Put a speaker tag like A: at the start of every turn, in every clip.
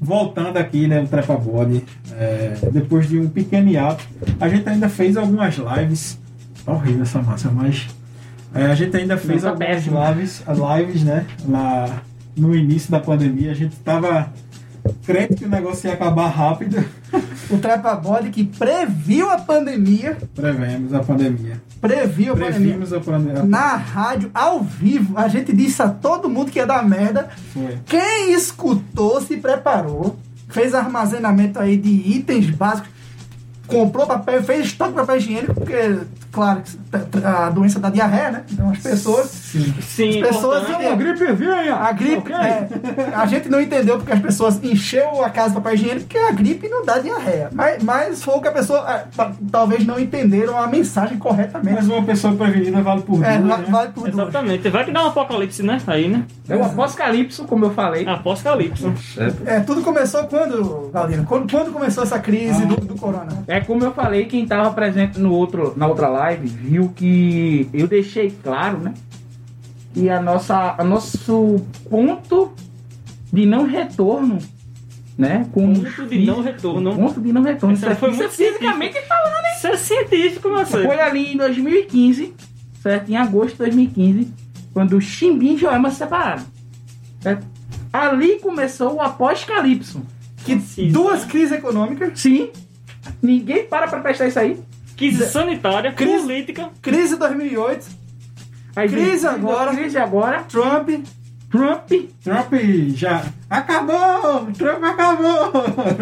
A: voltando aqui, né, o Trepabode, é, depois de um pequeno hiato, a gente ainda fez algumas lives. Tá horrível essa massa, mas é, a gente ainda fez
B: tá
A: algumas
B: péssimo.
A: lives, lives, né, lá no início da pandemia. A gente tava crente que o negócio ia acabar rápido.
C: O Trapabode que previu a pandemia.
A: Prevemos a pandemia.
C: Previu a pandemia.
A: Previmos a pandemia.
C: Na rádio, ao vivo, a gente disse a todo mundo que ia dar merda.
A: Foi.
C: Quem escutou, se preparou, fez armazenamento aí de itens básicos, comprou papel, fez estoque de papel higiênico, porque, claro, a doença da diarreia, né? Então as pessoas.
A: Sim.
B: Sim,
C: As pessoas
B: importante.
C: iam-
D: gripe vinha!
C: A gripe, é, a gente não entendeu porque as pessoas encheu a casa de papel higiênico, porque a gripe não dá diarreia. Mas, mas foi o que a pessoa, ah, ta- talvez não entenderam a mensagem corretamente.
A: Mas uma pessoa prevenida vale por
C: É,
A: duas,
C: va-
A: né?
C: vale por duas.
B: Exatamente. Vai que dá um apocalipse, né? Aí, né?
D: É o apocalipse, como eu falei.
B: Apocalipse.
C: É, tudo começou quando, Galdino? Quando, quando começou essa crise do, do corona?
D: É como eu falei, quem estava presente no outro, na outra live viu que eu deixei claro, né? Que a nossa, a nosso ponto de não retorno, né? Com
B: Ponto de não retorno.
D: ponto de não retorno. é
B: Essa foi muito
D: fisicamente falando.
B: Isso é científico, meu senhor.
D: Foi ali em 2015, certo? Em agosto de 2015, quando Chimbim e Joelma se separaram. Certo? Ali começou o apocalipse.
C: Que
B: Sim,
C: duas crises econômicas,
D: Sim, ninguém para pra prestar isso aí.
B: Crise sanitária,
C: Crise-
B: política.
C: crise de 2008,
D: Aí vem
C: Crise agora.
D: Crise agora.
C: Trump,
D: Trump.
A: Trump já. Acabou! Trump acabou!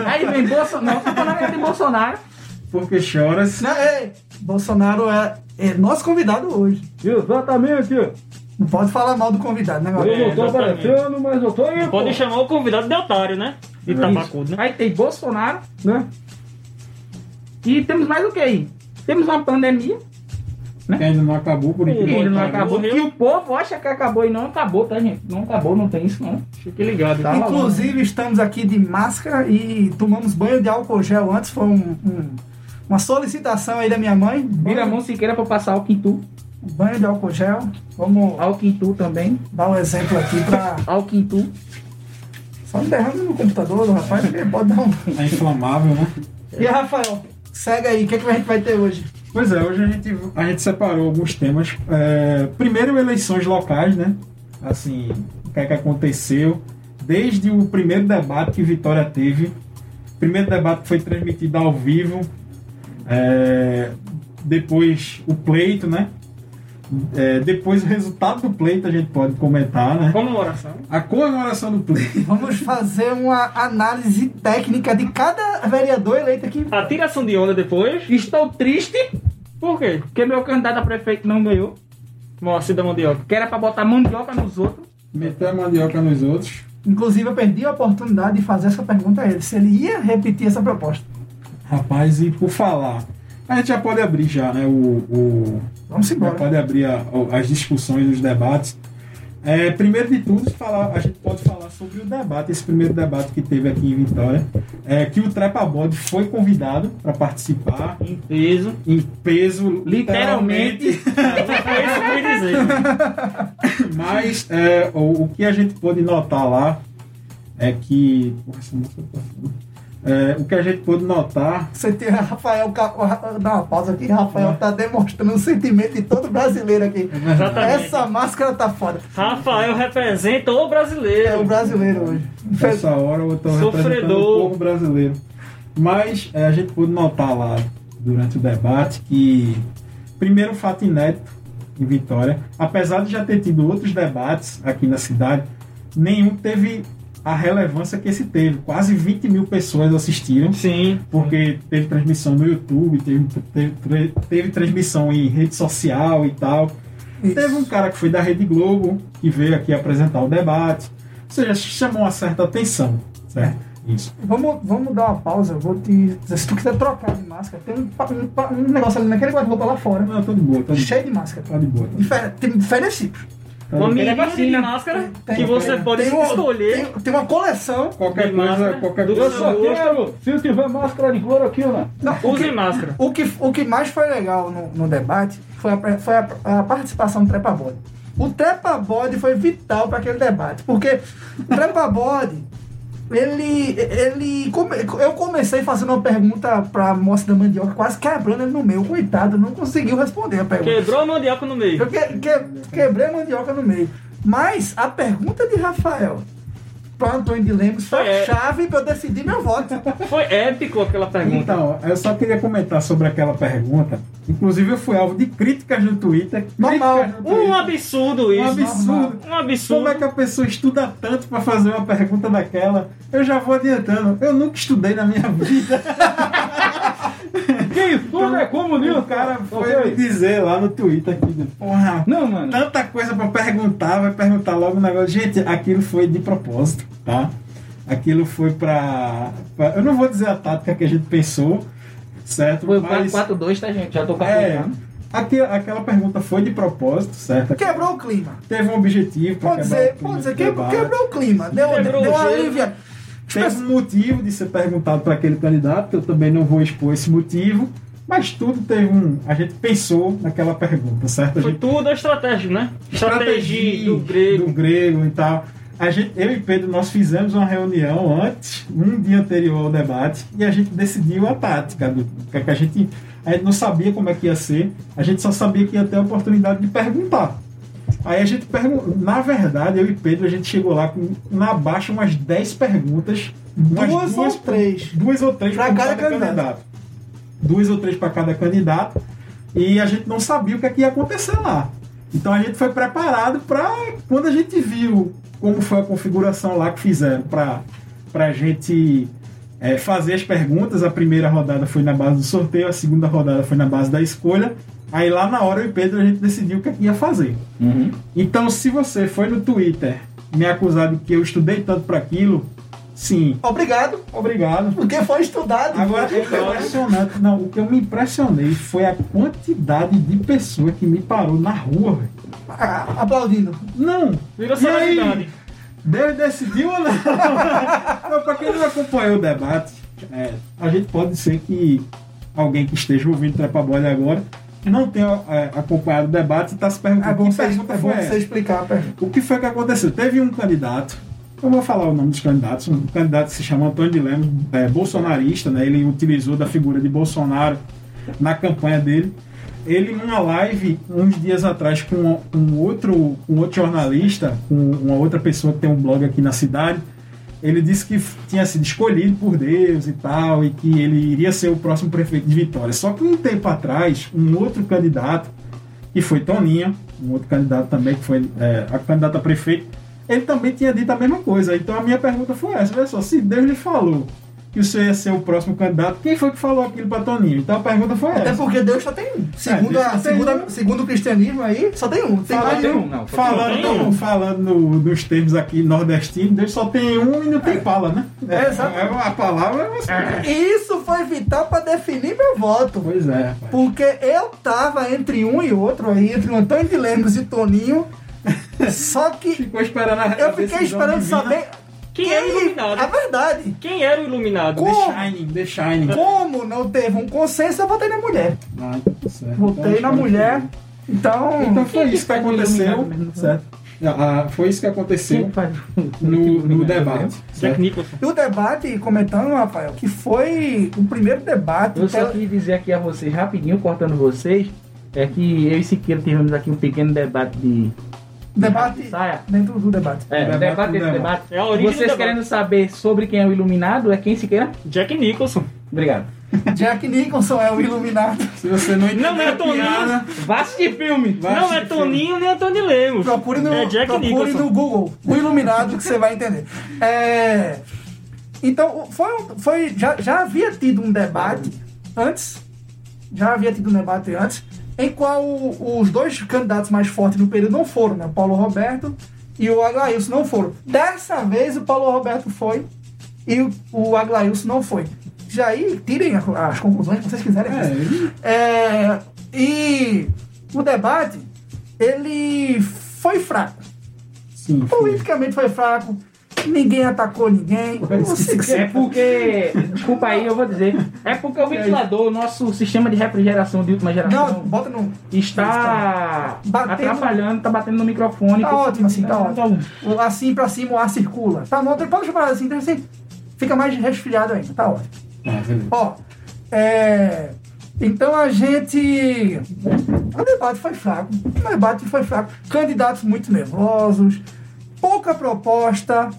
D: Aí vem Bolsonaro. Não, tô falando de Bolsonaro.
A: Porque choras.
C: Não, é, Bolsonaro é, é nosso convidado hoje.
D: Exatamente.
C: Não pode falar mal do convidado, né, galera?
B: Eu não tô É, exatamente. aparecendo,
D: mas eu tô aí.
B: Pode chamar o convidado de otário, né? De tabacudo, né?
D: Aí tem Bolsonaro, né? E temos mais o que aí? Temos uma pandemia
A: Que ainda não acabou é por
D: que ainda
A: enquanto.
D: não
B: Morreu.
D: acabou.
B: Morreu.
D: E o povo acha que acabou e não acabou, tá, gente? Não acabou, não tem isso, não.
B: Fique ligado.
D: Tá.
C: Inclusive, estamos aqui de máscara e tomamos banho de álcool gel antes. Foi um- um- uma solicitação aí da minha mãe.
D: Vira a
C: banho,
D: mão se queira pra passar o quintu.
C: banho de álcool gel. Vamos
D: Ao quintu também.
C: dar um exemplo aqui pra.
D: Ao quintu.
C: Só não derrame no computador do rapaz, porque pode dar um.
A: É inflamável, né?
C: E Rafael, segue aí, o que, é que a gente vai ter hoje?
A: Pois é, hoje a gente, a gente separou alguns temas. É, primeiro, eleições locais, né? Assim, o que é que aconteceu desde o primeiro debate que Vitória teve. O primeiro debate que foi transmitido ao vivo. É, depois, o pleito, né? É, depois, o resultado do pleito a gente pode comentar, né?
B: Comemoração.
A: A comemoração do pleito.
C: Vamos fazer uma análise técnica de cada vereador eleito aqui.
D: Ah,
B: A tiração de onda depois.
D: Estou triste
B: Por quê?
D: porque meu candidato a prefeito não ganhou.
B: Moacir da mandioca.
D: Que era pra botar mandioca nos outros.
A: Meter a mandioca nos outros.
C: Inclusive, eu perdi a oportunidade de fazer essa pergunta a ele, se ele ia repetir essa proposta.
A: Rapaz, e por falar, a gente já pode abrir já, né? O, o-
C: Vamos
A: já
C: embora.
A: pode abrir a- o- as discussões, os debates. É, primeiro de tudo, falar, a gente pode falar sobre o debate, esse primeiro debate que teve aqui em Vitória, é, que o Trepa Bode foi convidado para participar
B: Em peso.
A: em peso, literalmente.
D: Literalmente.
B: Foi É isso que eu ia dizer.
A: Mas é, o, o que a gente pôde notar lá é que. Porra, essa música tá foda. É, o que a gente pôde notar
C: Você tem Rafael. Ca- Dá uma pausa aqui. Rafael tá demonstrando o sentimento de todo brasileiro aqui.
B: Exatamente.
C: Essa máscara tá foda.
B: Rafael representa o
C: É o
B: brasileiro.
C: brasileiro hoje.
A: Essa hora eu tô representando
B: Sofredor.
A: o povo brasileiro. Mas é, a gente pôde notar lá durante o debate que, primeiro, um fato inédito em Vitória, apesar de já ter tido outros debates aqui na cidade, nenhum teve a relevância que esse teve. Quase 20 mil pessoas assistiram,
B: Sim.
A: porque teve transmissão no YouTube, teve, teve, teve transmissão em rede social e tal. Teve um cara que foi da Rede Globo, que veio aqui apresentar o debate. Ou seja, chamou uma certa atenção, certo? Isso.
C: Vamos, vamos dar uma pausa. Eu vou te. dizer, Se tu quiser trocar de máscara, tem um, pa- um pa- um negócio ali naquele guarda-roupa lá fora.
A: Não, tô de boa, tô de,
C: Cheio de máscara.
A: tá de boa. Tá de,
C: Difer- Tem diferentes tipos.
A: tá de
B: Uma
A: boa.
B: medida de
D: vacina.
B: máscara
C: Tem-
B: que você
C: tem-
B: pode
C: tem uma-
B: escolher.
C: Tem, tem uma coleção.
A: Qualquer
B: de
A: coisa,
B: máscara,
A: qualquer
B: do
A: coisa.
B: seu gosto,
D: se eu tiver máscara de cloroquina.
C: Não, o,
B: Use
C: que,
B: máscara.
C: o, que, o que mais foi legal no, no debate foi a, pre- foi a, a participação do Trepa Bode. O Trepa Bode foi vital para aquele debate, porque o Trepa Bode Ele, ele come- eu comecei fazendo uma pergunta pra moça da mandioca, quase quebrando ele no meio, coitado, não conseguiu responder a pergunta.
B: Quebrou a mandioca no meio.
C: Eu que- que- quebrei a mandioca no meio. Mas a pergunta de Rafael pra Antônio de Lemos foi
B: É.
C: a chave pra eu decidir meu voto.
B: Foi épico aquela pergunta.
A: Então, eu só queria comentar sobre aquela pergunta. Inclusive, eu fui alvo de críticas no Twitter.
C: Normal.
A: Críticas no
B: um
A: Twitter.
B: absurdo
A: Um
B: isso.
A: absurdo.
B: Um absurdo.
A: Como é que a pessoa estuda tanto pra fazer uma pergunta daquela? Eu já vou adiantando. Eu nunca estudei na minha vida.
D: Que isso? Tudo é comunista.
A: Então, o cara foi me dizer lá no Twitter que, porra,
D: Não, mano.
A: tanta coisa pra perguntar, vai perguntar logo um negócio. Gente, aquilo foi de propósito, tá? Aquilo foi pra. pra- eu não vou dizer a tática que a gente pensou, certo?
D: Foi o
A: Mas.
D: 4-4-2, tá, gente? Já tô
A: é,
D: calculando.
A: aque- aquela pergunta foi de propósito, certo?
C: Quebrou o clima.
A: Teve um objetivo pra
C: Pode
A: quebrar
C: dizer,
A: o clima,
C: pode dizer, que-
A: quebrar.
C: quebrou o clima. Deu,
B: Quebrou
C: deu
B: o
C: uma
B: gelo.
C: alívia.
A: Teve um motivo de ser perguntado para aquele candidato, que eu também não vou expor esse motivo, mas tudo teve um. A gente pensou naquela pergunta, certo? A
B: Foi
A: gente
B: tudo estratégico, né? Estratégia do grego.
A: do grego e tal. A gente, eu e Pedro, nós fizemos uma reunião antes, um dia anterior ao debate, e a gente decidiu a tática do do que é que a gente. A gente não sabia como é que ia ser, a gente só sabia que ia ter a oportunidade de perguntar. Aí a gente perguntou. Na verdade, eu e Pedro, a gente chegou lá com na baixa umas 10 perguntas. umas
C: Duas ou três.
A: Duas ou três
C: Pra
A: pra
C: cada candidato.
A: Duas ou três para cada candidato. E a gente não sabia o que, é que ia acontecer lá. Então a gente foi preparado para quando a gente viu como foi a configuração lá que fizeram para a gente é, fazer as perguntas. A primeira rodada foi na base do sorteio, a segunda rodada foi na base da escolha. Aí lá na hora eu e Pedro a gente decidiu o que, é que ia fazer.
D: Uhum.
A: Então se você foi no Twitter me acusar de que eu estudei tanto para aquilo, sim,
C: Obrigado,
A: obrigado.
C: porque foi estudado.
A: Agora, é impressionante. Não, o que eu me impressionei foi a quantidade de pessoa que me parou na rua, velho.
C: Ah, aplaudindo.
A: Não!
B: Virou
A: E aí?
B: celebridade.
A: Deus decidiu ou não? Mas pra quem não acompanhou o debate, é, a gente pode ser que alguém que esteja ouvindo Trepa Bolha agora não tenha é, acompanhado o debate e está se perguntando
C: É bom,
A: que
C: você, é
A: pergunta
C: bom
A: foi essa?
C: você explicar a pergunta.
A: O que foi que aconteceu? Teve um candidato, eu vou falar o nome dos candidatos, um candidato que se chama Antônio de Lemos, é, bolsonarista, né? ele utilizou da figura de Bolsonaro na campanha dele. Ele, numa live, uns dias atrás, com um outro, um outro jornalista, com uma outra pessoa que tem um blog aqui na cidade, ele disse que f- tinha sido escolhido por Deus e tal, e que ele iria ser o próximo prefeito de Vitória. Só que um tempo atrás, um outro candidato, que foi Toninho, um outro candidato também, que foi é, a candidata a prefeito, ele também tinha dito a mesma coisa. Então a minha pergunta foi essa: olha só, se Deus lhe falou que o senhor ia ser o próximo candidato, quem foi que falou aquilo para Toninho? Então a pergunta foi
C: Até
A: essa.
C: porque Deus só tem um. Segundo,
A: É, Deus
C: a-
A: só tem
C: segundo, a-
A: um.
C: segundo o cristianismo aí, só tem um. Tem mais de
D: tem
C: um.
D: um, não.
A: Falando,
B: Não tem um.
A: falando no- nos termos aqui nordestinos, Deus só tem um e não tem pala, né?
C: É, exato.
A: a palavra é você.
C: Isso foi vital pra definir meu voto.
A: Pois é, rapaz.
C: Porque eu tava entre um e outro aí, entre o Antônio de Lemos e Toninho. Só que
A: Ficou esperando a a
C: eu
A: decisão
C: fiquei esperando
A: divina.
C: saber
B: Quem era o iluminado?
C: É verdade.
B: Quem era o iluminado?
C: Como?
A: The Shining, The Shining.
C: Como não teve um consenso, eu votei na mulher.
A: Ah, tá certo.
C: Votei
A: Então,
C: na
A: acho que-
C: mulher. Então,
A: Então foi isso que
D: faz
A: aconteceu,
D: iluminado mesmo?
A: certo? Ah, ah, foi isso que aconteceu
D: Quem faz-
A: no,
D: Tipo, né?
A: no debate.
B: Jack
A: certo?
B: Nicholson.
C: e o debate, comentando, Rafael, que foi o primeiro debate.
D: Eu só
C: pela-
D: queria dizer aqui a vocês, rapidinho, cortando vocês, é que eu e Siqueira tivemos aqui um pequeno debate de...
C: debate
D: Saia.
C: dentro do debate.
D: É,
A: Debate
D: debate,
A: do
D: desse
A: debate.
D: debate.
B: É a origem do
D: Vocês
B: debate.
D: querendo saber sobre quem é o iluminado, é quem Siqueira?
B: Jack Nicholson.
D: Obrigado.
C: Jack Nicholson é o iluminado.
A: Se você não entendeu
B: Não é
A: a piada,
D: Vá assistir filme!
A: Vai
B: não é
A: assistir
B: Toninho nem Antônio de Lemos.
C: Procure no,
B: é Jack
C: procure
B: Nicholson.
C: no Google. O iluminado que você vai entender. É, então, o- foi, um- foi, já, já havia tido um debate antes. Já havia tido um debate antes, em qual o- os dois candidatos mais fortes do período não foram, né? O Paulo Roberto e o Aglailson não foram. Dessa vez o Paulo Roberto foi e o, o Aglailson não foi. Já aí, tirem a- as conclusões que vocês quiserem.
A: É, ele-
C: É, e o debate, ele foi fraco.
A: Sim, foi.
C: Politicamente foi fraco. Ninguém atacou ninguém. Você
D: É porque, desculpa aí, eu vou dizer. É porque o ventilador, o nosso sistema de refrigeração de última
C: Não,
D: geração,
C: bota no.
D: está
C: Batendo.
D: atrapalhando, está batendo no microfone.
C: Tá ótimo assim, tá ótimo. O- Assim pra cima o ar circula. Tá bom, pode chamar assim, então assim. Fica mais resfriado ainda, tá ótimo.
A: Ah, beleza.
C: Ó, é, Então a gente. O debate foi fraco. O debate foi fraco. Candidatos muito nervosos, pouca proposta.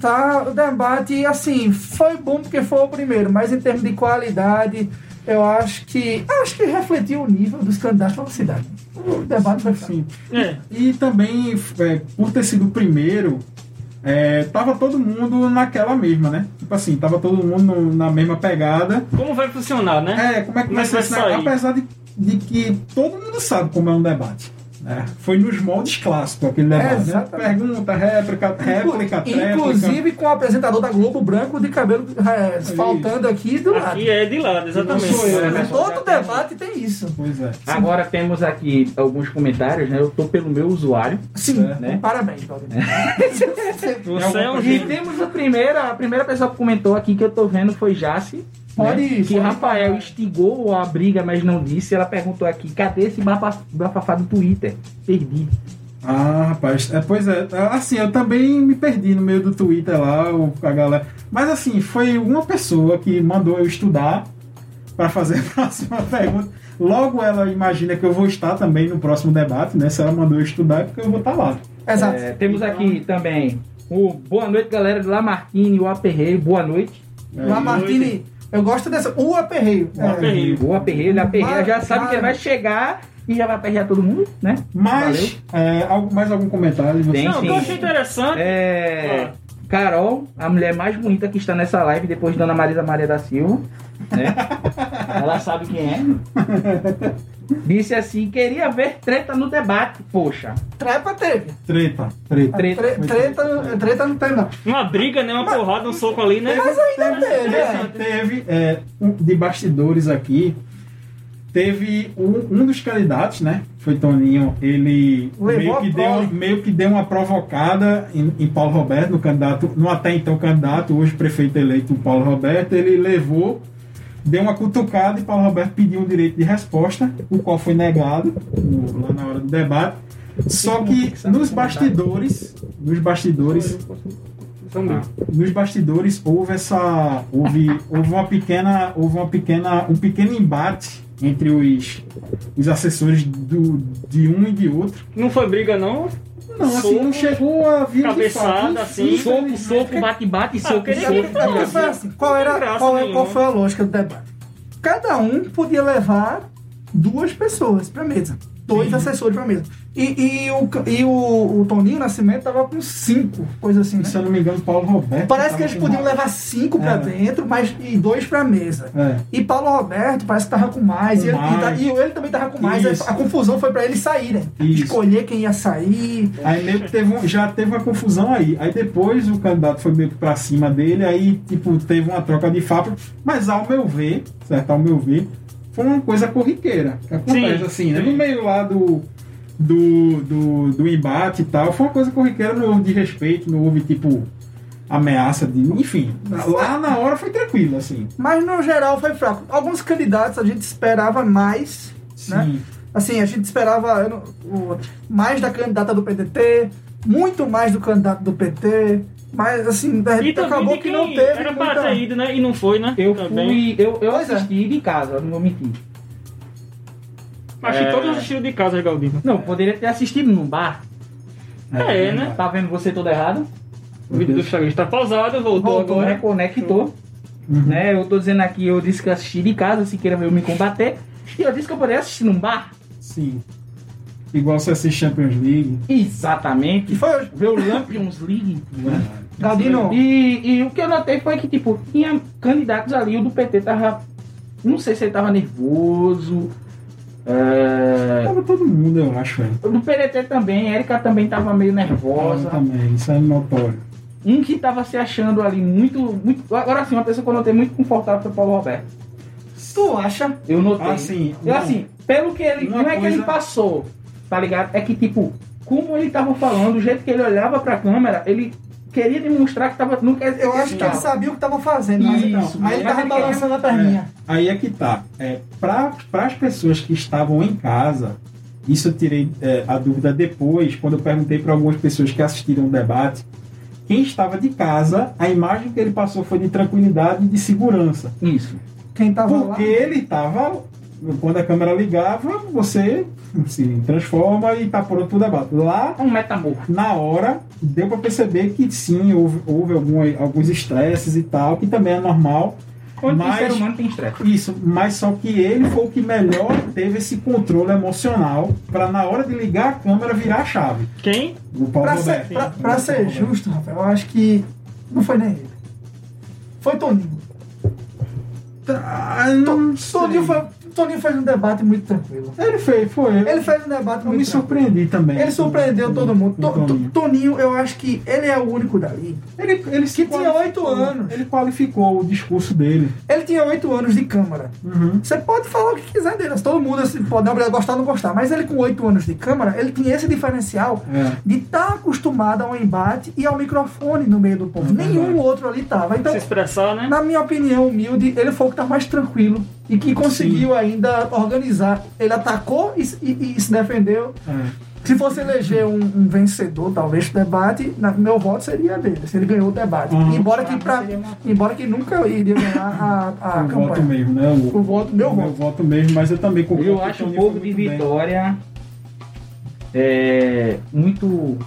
C: Tá? O debate, assim, foi bom porque foi o primeiro, mas em termos de qualidade, eu acho que. Acho que refletiu o nível dos candidatos da cidade. O debate foi fraco.
A: Sim.
B: É.
A: assim. E também, é, por ter sido o primeiro, é, tava todo mundo naquela mesma, né? Tipo assim, tava todo mundo no- na mesma pegada.
B: É, Como vai funcionar, né?
A: É, como é que vai
B: Mas
A: ser
B: vai
A: esse negócio?
B: sair.
A: Apesar de, de que todo mundo sabe como é um debate. né? Foi nos moldes clássicos aquele debate, né?
C: exatamente.
A: Pergunta, réplica, réplica, tréplica.
C: Inclusive com o apresentador da Globo branco de cabelo é, faltando aqui do lado.
B: Aqui é de lado, exatamente.
A: Não sou eu, né?
C: Em todo debate tem isso.
A: Pois é.
D: Agora temos aqui alguns comentários, né? Eu tô pelo meu usuário.
C: Sim,
D: Né?
C: parabéns, Valdemir.
B: Você é um
D: E
B: gênio.
D: temos a primeira, a primeira pessoa que comentou aqui que eu tô vendo foi Jace.
C: Pode
D: né?
C: ir,
D: Que
C: pode
D: Rafael
C: ir.
D: instigou a briga, mas não disse. Ela perguntou aqui: cadê esse bapa- bafafá do Twitter? Perdi.
A: Ah, rapaz, é, pois é, assim, eu também me perdi no meio do Twitter lá, o- a galera. Mas assim, foi uma pessoa que mandou eu estudar para fazer a próxima pergunta. Logo ela imagina que eu vou estar também no próximo debate, né? Se ela mandou eu estudar, é porque eu vou estar lá.
C: Exato.
D: É, temos aqui também o Boa Noite, galera de Lamartine, o Aperreio. Boa noite.
A: É,
C: o Martini, eu gosto dessa. O aperreio.
A: O
C: É.
A: aperreio.
D: O Aperreio, ele Aperreia já sabe que ele vai chegar e já vai aperrear todo mundo, né?
A: Mas, é, algo- mais algum comentário? Você-
D: Tem.
B: Não, o que eu
A: assim.
B: achei
D: Sim.
B: interessante.
D: É.
B: Ah.
D: Carol, a mulher mais bonita que está nessa live, depois de Ana Marisa Maria da Silva, né? Ela sabe quem é. Disse assim: queria ver treta no debate. Poxa,
C: É, Trepa teve.
A: Treta, treta.
D: Treta.
C: Tre-
A: Foi
C: treta, é, treta não teve, não.
B: Uma briga, né? Uma porrada, um soco ali, né?
C: Mas ainda teve,
A: Teve,
C: é.
A: teve, é, um- de bastidores aqui. Teve um, um dos candidatos, né? Foi Toninho. Ele meio
C: Levou
A: que,
C: a
A: deu,
C: prole.
A: meio que deu uma provocada em, em Paulo Roberto, no candidato, no até então candidato, hoje prefeito eleito Paulo Roberto. Ele levou, deu uma cutucada e Paulo Roberto pediu um direito de resposta, o qual foi negado no- lá na hora do debate. Só que nos bastidores, nos bastidores, é. nos bastidores houve essa houve, houve uma pequena houve uma pequena um pequeno embate entre os, os assessores do, de um e de outro
B: Não foi briga, não.
A: não assim
B: Soco,
A: não chegou a vir de fato. né?
B: cabeçada, assim,
D: soco, soco, bate, bate, soco,
B: queria
D: soco.
B: que-
C: É porque foi assim, qual,
B: Não tem
C: era,
B: graça
C: qual, é- qual
B: nenhuma.
C: foi a lógica do debate? Cada um podia levar duas pessoas para mesa. Dois assessores para mesa. E, e, o, e o, o Toninho Nascimento tava com cinco, coisa assim, né?
A: se eu não me engano Paulo Roberto
C: Parece que
A: tava
C: eles
A: com
C: podiam
A: mais.
C: levar cinco pra
A: É.
C: dentro mas, e dois pra mesa.
A: É.
C: E Paulo Roberto parece que tava com mais.
A: Com
C: e, ele, e tá-
A: mais.
C: e ele também tava com mais.
A: Isso.
C: A confusão foi pra eles saírem.
A: Isso.
C: Escolher quem ia sair.
A: Aí meio que teve um- já teve uma confusão aí. Aí depois o candidato foi meio que pra cima dele, aí tipo, teve uma troca de fato. Mas ao meu ver, certo? Ao meu ver, foi uma coisa corriqueira. Que acontece
B: Sim,
A: assim, né?
B: sim.
A: No meio lá do, do, do, do embate e tal, foi uma coisa corriqueira, não houve de respeito, não houve tipo ameaça de. Enfim, lá na hora foi tranquilo, assim.
C: Mas no geral foi fraco. Alguns candidatos a gente esperava mais.
A: Sim.
C: Né? Assim, a gente esperava eu não- o- mais da candidata do PDT, muito mais do candidato do PT. Mas assim,
D: É,
C: da
B: E
C: repente
B: também
C: acabou
B: de
C: que
B: quem
C: não teve.
B: era
C: muita-
B: pra ter ido, né? E não foi, né?
D: Eu
B: também.
D: fui, eu, eu
C: Pois é.
D: assisti de casa, não vou mentir.
B: Achei
D: É.
B: todos os estilos de casa, Galdino.
D: Não, poderia ter assistido num bar.
B: É, né?
D: Tá vendo você todo errado?
B: O vídeo do Chagas tá pausado, voltou
D: Voltou, né?
B: agora.
D: reconectou.
A: Uhum.
D: Né? Eu tô dizendo aqui, eu disse que eu assisti de casa, se queira eu me combater. E eu disse que eu poderia assistir num bar.
A: Sim. Igual você assiste Champions League.
C: Que
D: Exatamente.
C: foi hoje.
D: Ver o Lampions League.
A: né?
C: Galdino,
D: E, e o que eu notei foi que, tipo, tinha candidatos ali, o do PT tava. Não sei se ele tava nervoso. é,
A: Tava todo mundo, eu acho, velho.
D: O do PDT também, a Erika também tava meio nervosa.
A: Também, isso é notório.
D: Um que tava se achando ali muito. muito... Agora sim, uma pessoa que eu notei muito confortável foi o Paulo Roberto.
C: tu acha?
D: Eu notei.
C: Ah,
A: Assim,
D: Eu, assim, pelo que ele.
A: Uma
D: não é que ele
A: coisa-
D: passou, tá ligado? É que, tipo, como ele tava falando, o jeito que ele olhava pra câmera, ele queria demonstrar que tava, nunca
C: Eu acho que ele sabia o que tava fazendo, mas,
A: Isso,
C: mas
D: mas
C: ele tava
D: ele
C: balançando a perninha.
A: Aí é que tá. É, para as pessoas que estavam em casa, isso eu tirei é, a dúvida depois, quando eu perguntei para algumas pessoas que assistiram o debate. Quem estava de casa, a imagem que ele passou foi de tranquilidade e de segurança.
D: Isso.
C: Quem tava lá.
A: Porque ele estava. Quando a câmera ligava, você se transforma e tá pronto pro debate. Lá,
D: Um metamorfo.
A: na hora, deu para perceber que sim, houve, houve algum- alguns estresses e tal, que também é normal.
D: Quando
A: Mas-
D: tem ser humano tem estresse.
A: Isso, mas só que ele foi o que melhor teve esse controle emocional para na hora de ligar a câmera virar a chave.
B: Quem?
A: O Paulo
C: Pra ser,
A: Roberto.
C: pra, pra ser justo, Rafael, eu acho que não foi nem ele. Foi Toninho.
A: Ah, eu Hum, não sei.
C: Toninho, foi, Toninho fez um debate muito tranquilo.
A: Ele fez, foi.
C: Ele fez
A: eu
C: um debate
A: me
C: muito tranquilo.
A: surpreendi também.
C: Ele surpreendeu todo mundo.
A: Com o
C: To- to-
A: Toninho.
C: Toninho, eu acho que ele é o único dali.
A: Ele, ele se
C: Que tinha
A: qualificou.
C: oito anos.
A: Ele qualificou o discurso dele.
C: Ele tinha oito anos de Câmara.
A: Uhum.
C: Você pode falar o que quiser dele, todo mundo assim, pode não gostar ou não gostar, mas ele com oito anos de Câmara, ele tinha esse diferencial
A: É.
C: de estar acostumado ao embate e ao microfone no meio do povo.
A: É verdade.
C: Nenhum outro ali tava. Então,
B: Se expressar, né?
C: Na minha opinião humilde, ele foi o que tá mais tranquilo e que conseguiu ainda organizar. Ele atacou e, e- e se defendeu.
A: É.
C: Se fosse eleger um, um vencedor, talvez, do debate, na- meu voto seria dele, se ele ganhou o debate.
A: Uhum.
C: Embora, que pra,
D: seria uma-
C: embora que nunca iria ganhar a, a
A: O
C: campanha.
A: voto mesmo, né? O,
C: O voto, meu
A: meu
C: voto.
A: voto mesmo, mas eu também concordo.
D: Eu
A: que
D: acho o
A: Toninho
D: povo
A: foi
D: de
A: muito Então, bem.
D: Vitória é, muito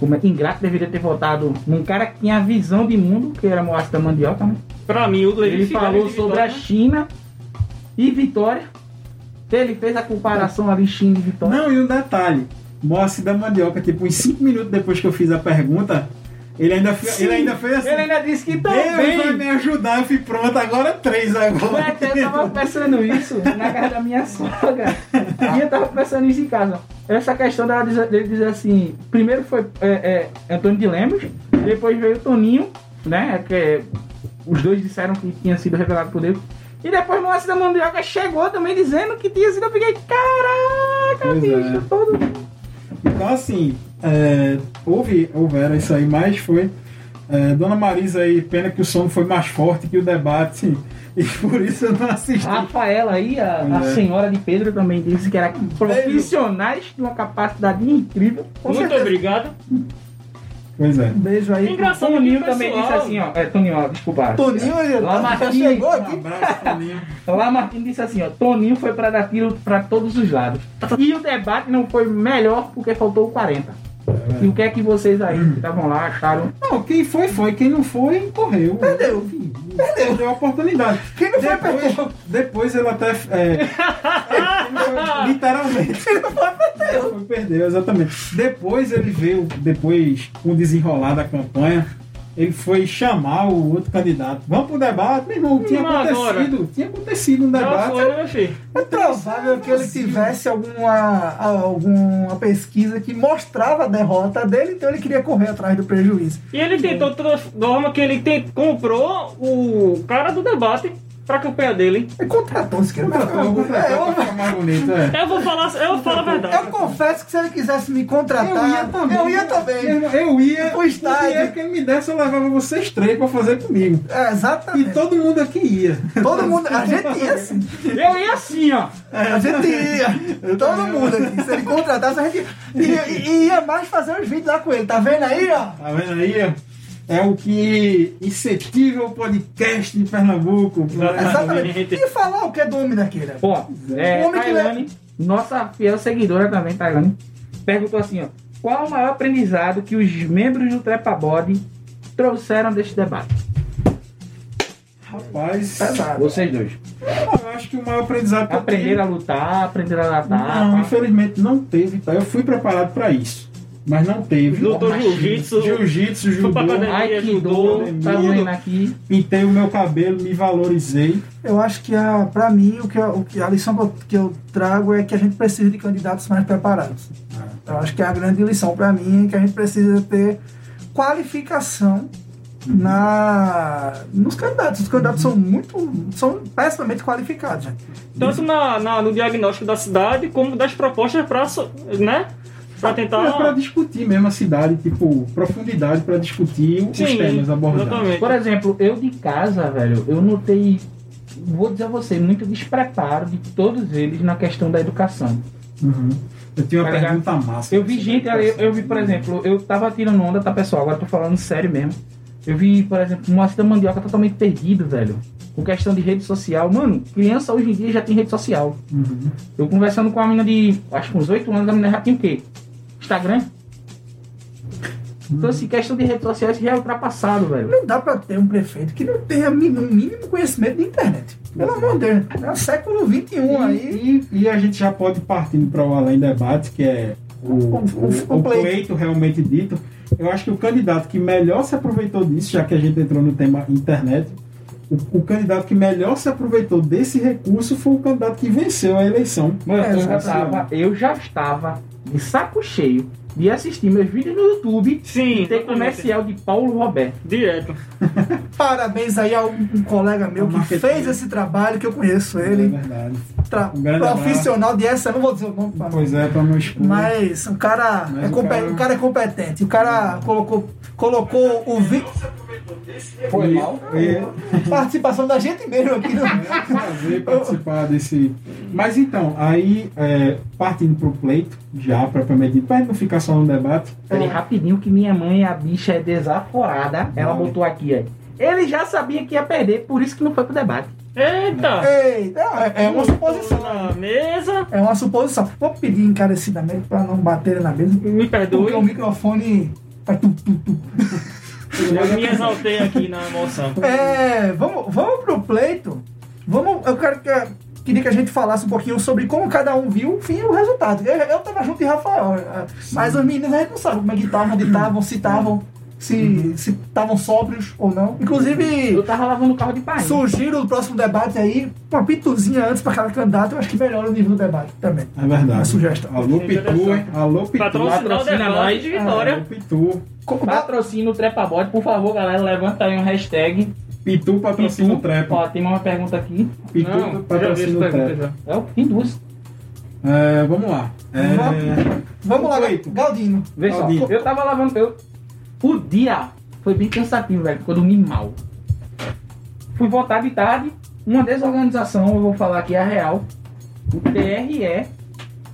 D: como é, ingrato deveria ter votado num cara que tinha a visão de mundo, que era Moacir Mandioca, né?
B: Pra mim, o Levi
D: Ele
B: Figueiredo
D: falou
B: de né?
D: sobre a
B: Vitória,
A: né?
D: China e Vitória. Ele fez a comparação ali China e Vitória.
A: Não, e um detalhe. Moacir da Mandioca, tipo, uns 5 minutos depois que eu fiz a pergunta, ele ainda, fe-
D: Sim.
A: ele ainda fez assim.
D: Ele ainda tá disse que
A: Deus vai
D: também.
A: me ajudar, eu fui pronto, agora três
D: Foi
A: agora.
D: É, até eu tava pensando isso na casa da minha sogra. E eu tava pensando isso em casa. Essa questão dela dizer, dele dizer assim: primeiro foi é, é, Antônio de Lemos, depois veio Toninho, né? Que é- os dois disseram que tinha sido revelado por Deus. E depois Moacir da Mandioca chegou também dizendo que tinha sido. Eu fiquei, caraca,
A: Pois
D: bicho,
A: é.
D: todo
A: Então assim, é, houve, houveram isso aí, mas foi. é, Dona Marisa aí, pena que o sono foi mais forte que o debate e por isso eu não assisti.
D: A Rafaela aí, a, a
A: É.
D: senhora de Pedro, também disse que era profissionais de uma capacidade incrível.
B: Muito
C: certeza.
B: obrigado.
A: Pois é.
C: Beijo aí.
B: Engraçado que
D: Toninho
B: o
D: também
B: pessoal-
D: disse assim, ó. É, Toninho, ó, desculpa.
C: Toninho, ele
D: Lá
C: já
D: Martins,
C: chegou
A: Um
C: aqui.
A: abraço, Toninho.
D: Lá Martins disse assim, ó. Toninho foi pra dar tiro pra todos os lados. E o debate não foi melhor porque faltou o 40. E o que é que vocês aí que estavam lá acharam?
A: Não, quem foi, foi. Quem não foi, correu.
C: Perdeu.
A: Enfim, Perdeu a oportunidade.
C: Quem não foi,
A: depois,
C: perdeu.
A: depois ele até. é, quem não foi, literalmente.
C: Ele não foi, perdeu.
A: Foi, Perdeu, exatamente. Depois ele veio, depois, com o desenrolar da campanha, ele foi chamar o outro candidato. Vamos pro debate, meu irmão. Tinha
B: Não, agora.
A: acontecido. Tinha acontecido um
B: Já
A: debate.
B: foi, né, meu filho?
C: É provável que ele tivesse alguma, alguma pesquisa que mostrava a derrota dele, então ele queria correr atrás do prejuízo.
B: E ele tentou de toda forma que ele tem- comprou o cara do debate pra campanha dele.
C: Ele contratou, se quer.
A: Contratou, contratou pra
C: Eu,
A: ficar mais bonito, é.
B: Eu vou falar, eu falo a
C: eu
D: É
B: verdade.
C: confesso que se ele quisesse me contratar, é, eu ia também.
A: Eu, eu ia.
C: Pro estádio.
A: O dinheiro que ele me desse, eu levava vocês três pra fazer comigo.
C: É,
A: E
C: exatamente.
A: todo mundo aqui ia.
C: Todo mundo, a gente ia assim.
D: Eu ia assim, ó.
C: A gente ia. Todo mundo aqui. Se ele contratasse, a gente ia. E, e ia mais fazer os vídeos lá com ele. Tá vendo aí, ó?
A: Tá vendo aí? É o que incentiva o podcast de Pernambuco.
C: Exatamente. E falar o que é do homem daquele?
D: Ó, é,
C: O homem que
D: Tailane, nossa fiel seguidora também, Tailane, perguntou assim, ó. Qual o maior aprendizado que os membros do Trepa Body trouxeram deste debate?
A: Rapaz,
C: Pesado.
D: Vocês dois.
A: eu acho que o maior aprendizado que eu
D: Aprenderam a lutar, aprenderam a tá? latar.
A: Não, infelizmente não teve, tá? Eu fui preparado pra isso, mas não teve.
B: Lutou
D: Mas
B: jiu-jitsu.
A: Jiu-jitsu,
B: Fui pra
A: judô,
B: academia.
D: Aikido, tá vendo aqui.
A: pintei o meu cabelo, me valorizei.
C: Eu acho que, a, pra mim, o que, a- o que- a lição que eu, que eu trago é que a gente precisa de candidatos mais preparados. Eu Então, acho que a grande lição pra mim é que a gente precisa ter qualificação na, nos candidatos. Os candidatos
A: Uhum.
C: são muito. são pessimamente qualificados, gente.
B: Tanto na, na- no diagnóstico da cidade, como das propostas pra, so- né? Pra
D: Então-
B: tentar.
A: É pra discutir mesmo a cidade, tipo, profundidade pra discutir os
B: Sim,
A: temas abordados.
B: exatamente.
D: Por exemplo, eu de casa, velho, eu notei, vou dizer a você, muito despreparo de todos eles na questão da educação.
A: Uhum. Eu tinha uma
D: Tá ligado?
A: pergunta massa.
D: Eu vi gente, ali, eu, eu vi, por exemplo, eu tava tirando onda, tá pessoal, agora eu tô falando sério mesmo. Eu vi, por exemplo, um da mandioca totalmente perdido, velho. Com questão de rede social. Mano, criança hoje em dia já tem rede social.
A: Uhum.
D: Eu conversando com a menina de, acho que uns 8 anos, a menina já tinha o quê? Instagram? Então, assim, questão de redes sociais já é ultrapassado, velho.
C: Não dá pra ter um prefeito que não tenha mi- um mínimo conhecimento de internet. Pelo
A: Uhum.
C: amor de Deus, é o século XXI aí.
A: E, e, e a gente já pode partindo para o além debate, que é o,
C: O-
A: o,
C: o-
A: o, pleito realmente dito. Eu acho que o candidato que melhor se aproveitou disso, já que a gente entrou no tema internet, o, o candidato que melhor se aproveitou desse recurso foi o candidato que venceu a eleição.
D: Mano,
C: É,
D: eu, já
A: sensacional.
D: tava, eu já estava de saco cheio de assistir meus vídeos no YouTube
B: Sim,
D: e ter
B: exatamente.
D: comercial de Paulo Roberto.
B: Direto.
C: Parabéns aí a um, um colega meu
A: O
C: que
A: marketing.
C: fez esse trabalho, que eu conheço
A: É
C: ele.
A: verdade.
C: Tra-
A: Um grande
C: profissional de essa, eu não vou dizer o nome, pra-
A: Pois é, para não expor.
C: mas o cara,
A: Mas
C: é
A: o
C: compe-
A: cara-
C: o cara é competente. O cara colocou, colocou o vi...
A: foi mal.
C: É. participação da gente mesmo aqui no.
A: prazer participar desse. Mas então, aí, é, partindo pro pleito, já propriamente dito, para não ficar só no debate,
C: É,
D: Falei rapidinho que minha mãe, a bicha, é desaforada. Ela
A: Vale.
D: botou aqui, aí. Ele já sabia que ia perder, por isso que não foi pro debate.
B: Eita!
C: Eita, é, é uma suposição.
B: Na mesa.
C: É uma suposição. Vou pedir encarecidamente para não bater na mesa,
B: Me perdoe.
C: porque o microfone. tá faz tum, tum, tum.
A: é
B: Eu me exaltei aqui na emoção.
C: É, vamos, vamos pro pleito. Vamos, eu quero que queria que a gente falasse um pouquinho sobre como cada um viu o fim e o resultado. Eu, eu tava junto de Rafael, eh, mas os meninos a gente não sabe como é que estavam, onde estavam, se estavam, se se estavam sóbrios ou não.
D: Eu
C: Inclusive,
D: tava lavando o carro de pai.
C: sugiro o próximo debate aí, uma pituzinha antes para cada candidato, eu acho que melhora o nível do debate também.
A: é verdade.
C: Uma sugestão.
A: Alô, Pitu, hein? Alô, Pitu.
B: Patrocinar o
D: Patrocina
B: debate
D: nós.
B: de vitória.
A: Alô, Pitu.
C: Co-
D: Patrocina o Trepabode, por favor, galera, levanta aí um hashtag.
A: Pitu patrocina o trap.
D: Ó, tem uma pergunta aqui.
A: Pitu
B: Não, já vi essa
A: patrocina o
B: pergunta
A: trap.
B: já.
D: É, tem duas.
A: É, vamos lá. É,
C: Vamos lá,
A: Oito.
C: Galdino.
D: Vê só,
A: Claudinho.
D: eu tava lavando. Eu... O dia foi bem cansativo, velho, porque eu dormi mal. Fui votar de tarde, uma desorganização, eu vou falar aqui é a real. O TRE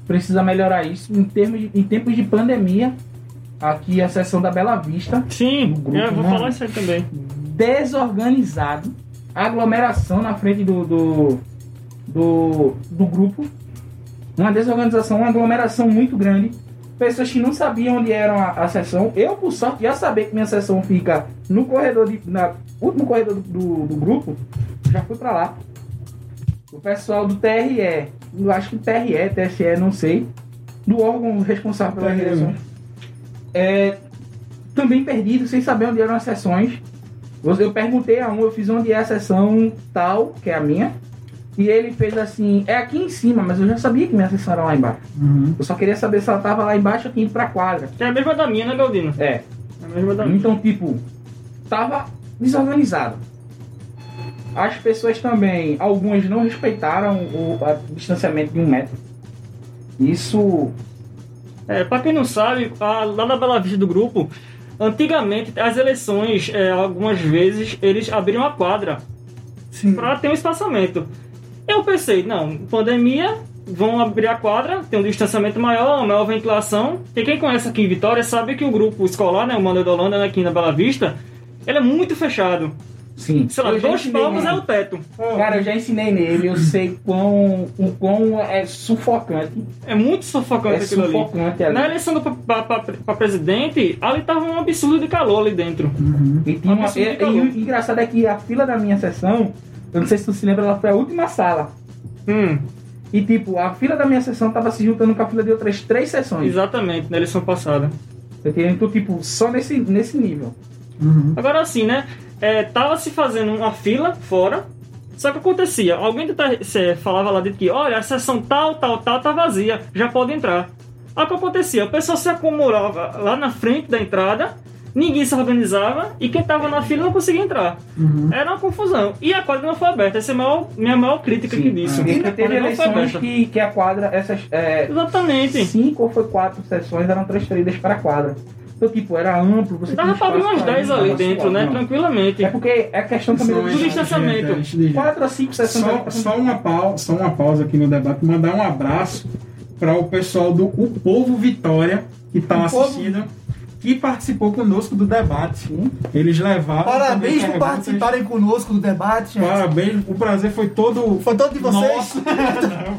D: precisa melhorar isso em, termos de- em tempos de pandemia. Aqui a sessão da Bela
A: Um
D: Vista,
B: Sim,
D: No grupo,
B: eu vou
D: mano.
B: falar isso aí também.
D: desorganizado, aglomeração na frente do, do, do, do grupo, uma desorganização, uma aglomeração muito grande, pessoas que não sabiam onde era a, a sessão. Eu, por sorte, já sabia que minha sessão fica no corredor, de, na último corredor do, do, do grupo, já fui pra lá. O pessoal do TRE, eu acho que TRE, TSE, não sei, do órgão responsável pela
A: TRE.
D: direção, é, também perdido, sem saber onde eram as sessões. Eu perguntei a um, eu fiz onde é a sessão tal, que é a minha. E ele fez assim, é aqui em cima, mas eu já sabia que minha sessão era lá embaixo.
A: uhum.
D: Eu só queria saber se ela tava lá embaixo ou tinha ido pra quadra.
B: É a mesma da minha, né, Galdino?
D: É.
B: É a mesma da minha.
D: Então, tipo, tava desorganizado. As pessoas também, algumas não respeitaram o a distanciamento de um metro. Isso
B: É, pra quem não sabe, a- lá na Bela Vista do grupo, antigamente as eleições, é, algumas vezes, eles abriam a quadra
C: Sim.
B: pra ter um espaçamento. Eu pensei, não, pandemia, vão abrir a quadra, tem um distanciamento maior, uma maior ventilação. E quem conhece aqui em Vitória sabe que o grupo escolar, né, o Manoel da Holanda, né, aqui na Bela Vista, ele é muito fechado.
D: Sim.
B: Sei lá,
D: Eu já
B: dois
D: ensinei
B: palcos é
D: nele.
B: o teto.
D: Cara, eu já ensinei nele, eu sei quão, o quão é sufocante.
B: É muito sufocante
D: É
B: aquilo ali. Né?
D: sufocante ali.
B: Na eleição do- pra, pra- pra presidente, ali tava um absurdo de calor ali dentro.
C: Uhum,
D: E, tinha uma,
B: Nossa,
D: e,
B: muito
D: e o
B: louco.
D: engraçado é que a fila da minha sessão, eu não sei se tu se lembra, ela foi a última sala.
B: Hum,
D: E tipo, a fila da minha sessão tava se juntando com a fila de outras três sessões.
B: exatamente, na eleição passada.
D: Você entendeu? Então, tipo, só nesse, nesse nível.
A: Uhum.
B: Agora assim, né? É, tava se fazendo uma fila fora. Só que acontecia, alguém do TRC falava lá dentro que, olha, a sessão tal, tal, tal tá vazia, já pode entrar. Aí o que acontecia? O pessoal se acumulava lá na frente da entrada ninguém se organizava e quem tava na fila não conseguia entrar. Era uma confusão. E a quadra não foi aberta. Essa é a maior, minha maior crítica que disso.
D: Porque teve
B: A quadra não foi
D: eleições
B: aberta.
D: que, que a quadra, essas é,
B: Exatamente.
D: cinco ou foi quatro sessões eram transferidas para a quadra. Então, tipo, era amplo, você
B: Dava
D: tinha
B: pra abrir
D: espaço
B: umas
D: pra
B: 10
D: ir,
B: ali
D: tava
B: dentro,
D: suave.
B: né?
D: Não.
B: Tranquilamente.
D: É porque é questão também
B: São
D: do
B: Do distanciamento.
D: quatro a cinco sessões.
A: Só, só, uma pau, só uma pausa aqui no debate, mandar um abraço para o pessoal do O Povo Vitória, que está
C: O Povo-
A: assistindo, que participou conosco do debate. Eles levaram. também né,
C: Parabéns por
A: perguntas.
C: participarem conosco do debate, gente.
A: Parabéns, o prazer foi todo.
C: Foi todo de vocês.
A: Nossa,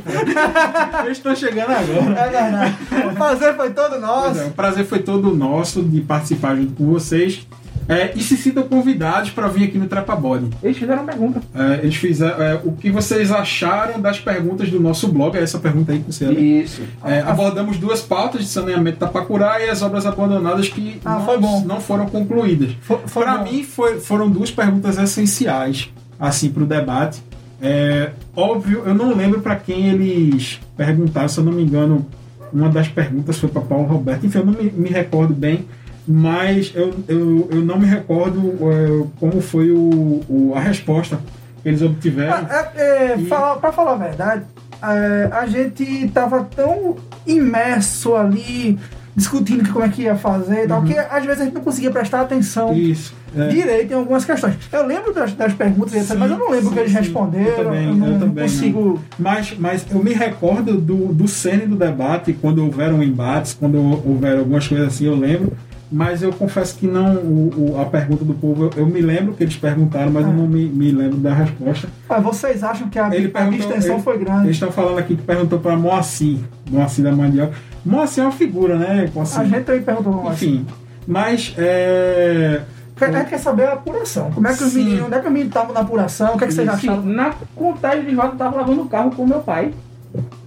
A: eu estou chegando agora.
C: É verdade. O prazer foi todo
A: Pois é,
C: nosso.
A: o prazer foi todo nosso de participar junto com vocês. É, e se sintam convidados para vir aqui no Trapa Body.
D: Eles fizeram uma pergunta.
A: É, eles fizeram é, o que vocês acharam das perguntas do nosso blog, é essa pergunta aí que você
D: Isso.
A: É, abordamos duas pautas de saneamento da Pacurá e as obras abandonadas que
C: Ah,
A: não,
C: foi bom.
A: não foram concluídas. Então,
C: Foi- foi
A: Para
C: bom.
A: mim, foi- foram duas perguntas essenciais assim para o debate. É, óbvio, eu não lembro para quem eles perguntaram, se eu não me engano, uma das perguntas foi para Paulo Roberto. Enfim, eu não me, me recordo bem, mas eu, eu, eu não me recordo é, como foi o- o- a resposta que eles obtiveram.
C: É, é,
A: E-
C: falar- pra falar a verdade, é, a gente tava tão imerso ali, discutindo que como é que ia fazer e
A: Uhum.
C: tal, que às vezes a gente não conseguia prestar atenção
A: Isso. é.
C: direito em algumas questões. Eu lembro das, das perguntas, etc,
A: Sim,
C: mas eu não lembro o
A: sim,
C: que eles
A: sim.
C: responderam.
A: Eu também,
C: não,
A: eu também
C: não
A: né? não.
C: consigo.
A: Mas, mas eu me recordo do, do cerne do debate, quando houveram embates, quando houveram algumas coisas assim, eu lembro. Mas eu confesso que não, o, o- a pergunta do povo, eu, eu me lembro que eles perguntaram, mas eu não me, me lembro da resposta.
C: Ah, vocês acham que a,
A: Ele
C: a
A: perguntou-
C: abstenção
A: ele-
C: foi grande?
A: Eles estão falando aqui que perguntou para Moacir, Moacir da Mandioca. Moacir é uma figura, né? Moacir?
C: A gente também perguntou. Enfim.
A: Enfim, mas é,
C: A gente quer saber a apuração. Como é que os
A: Sim.
C: meninos, onde é que os meninos estavam na apuração? O que é que vocês
D: Sim,
C: acharam?
D: na contagem de roda eu tava lavando o carro com meu pai.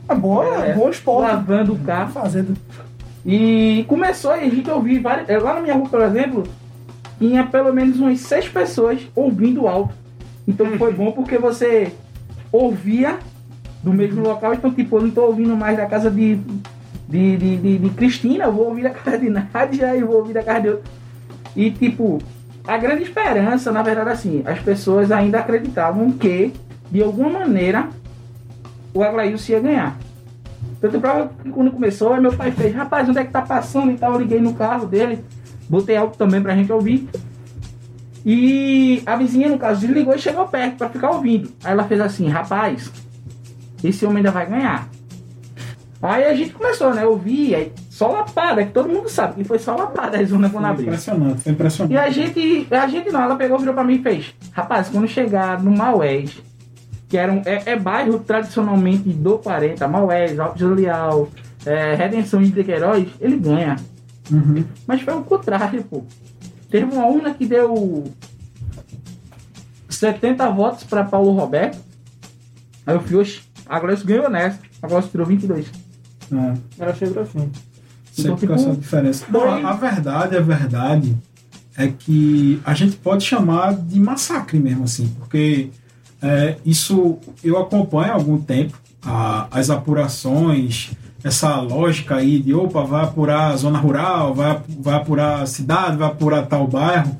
C: Ah, boa,
D: É.
C: bom esporte.
D: Lavando o carro.
C: Fazendo.
D: E começou aí, a gente ouvir várias. eh, Lá na minha rua, por exemplo, tinha pelo menos umas seis pessoas ouvindo alto. Então foi bom porque você ouvia do mesmo local. Então, tipo, eu não tô ouvindo mais da casa de, de, de, de- de Cristina, eu vou ouvir da casa de Nádia e vou ouvir da casa de outro. E, tipo, a grande esperança, na verdade, assim, as pessoas ainda acreditavam que, de alguma maneira, o Aglaílson ia ganhar. Tanto prova que quando começou, aí meu pai fez, rapaz, onde é que tá passando e tal? Eu liguei no carro dele, botei alto também pra gente ouvir. E a vizinha, no caso, desligou e chegou perto pra ficar ouvindo. Aí ela fez assim, rapaz, esse homem ainda vai ganhar. Aí a gente começou, né? Ouvir, aí só lapada, que todo mundo sabe que foi só lapada a zona quando
A: foi
D: abriu.
A: impressionante, foi impressionante.
D: E a gente, a gente não, ela pegou, virou pra mim e fez: Rapaz, quando chegar no Maués, que era um, é, é bairro tradicionalmente do 40, Maués, Alto Julial, é, Redenção de Queiroz, ele ganha.
A: Uhum.
D: Mas foi o contrário, pô. Teve uma urna que deu 70 votos pra Paulo Roberto. Aí eu fui, oxe, a Glaucio ganhou nessa. A Glaucio tirou 22.
A: É.
B: Era geografia.
A: Sempre
D: Então,
A: com
D: tipo,
A: essa diferença.
D: dois-
A: Não, a, a verdade, a verdade é que a gente pode chamar de massacre mesmo, assim, porque é, isso eu acompanho há algum tempo a- as apurações, essa lógica aí de opa, vai apurar a zona rural, vai, vai apurar a cidade, vai apurar tal bairro.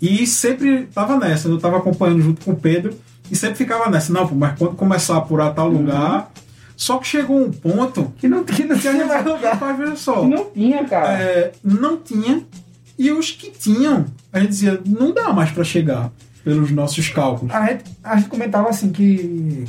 A: E sempre tava nessa, eu tava acompanhando junto com o Pedro e sempre ficava nessa, não, pô, mas quando começar a apurar tal lugar. Só que chegou um ponto
C: Que não, que não
A: que a
C: tinha mais
A: gente
C: lugar.
A: rapaz, veja só.
D: Não tinha, cara.
A: É, não tinha. E os que tinham, a gente dizia, não dá mais para chegar pelos nossos cálculos.
C: A gente, a gente comentava assim que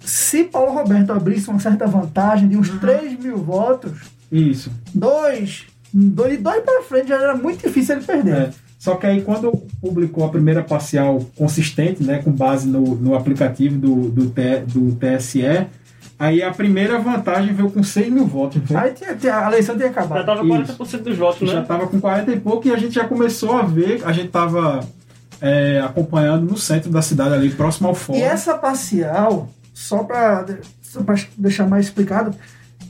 C: se Paulo Roberto abrisse uma certa vantagem de uns
A: Uhum.
C: 3 mil votos,
A: Isso.
C: dois, dois, dois para frente já era muito difícil ele perder.
A: É. Só que aí quando publicou a primeira parcial consistente, né, com base no, no aplicativo do, do, T- do TSE, aí a primeira vantagem veio com 6 mil votos. Né?
C: Aí tinha, tinha- a eleição tinha
B: Já tá
C: acabado.
B: tava 40% dos votos,
A: já
B: né?
A: estava com 40 e pouco e a gente já começou a ver, a gente estava é, acompanhando no centro da cidade ali, próximo ao fórum.
C: E é essa parcial, só para deixar mais explicado,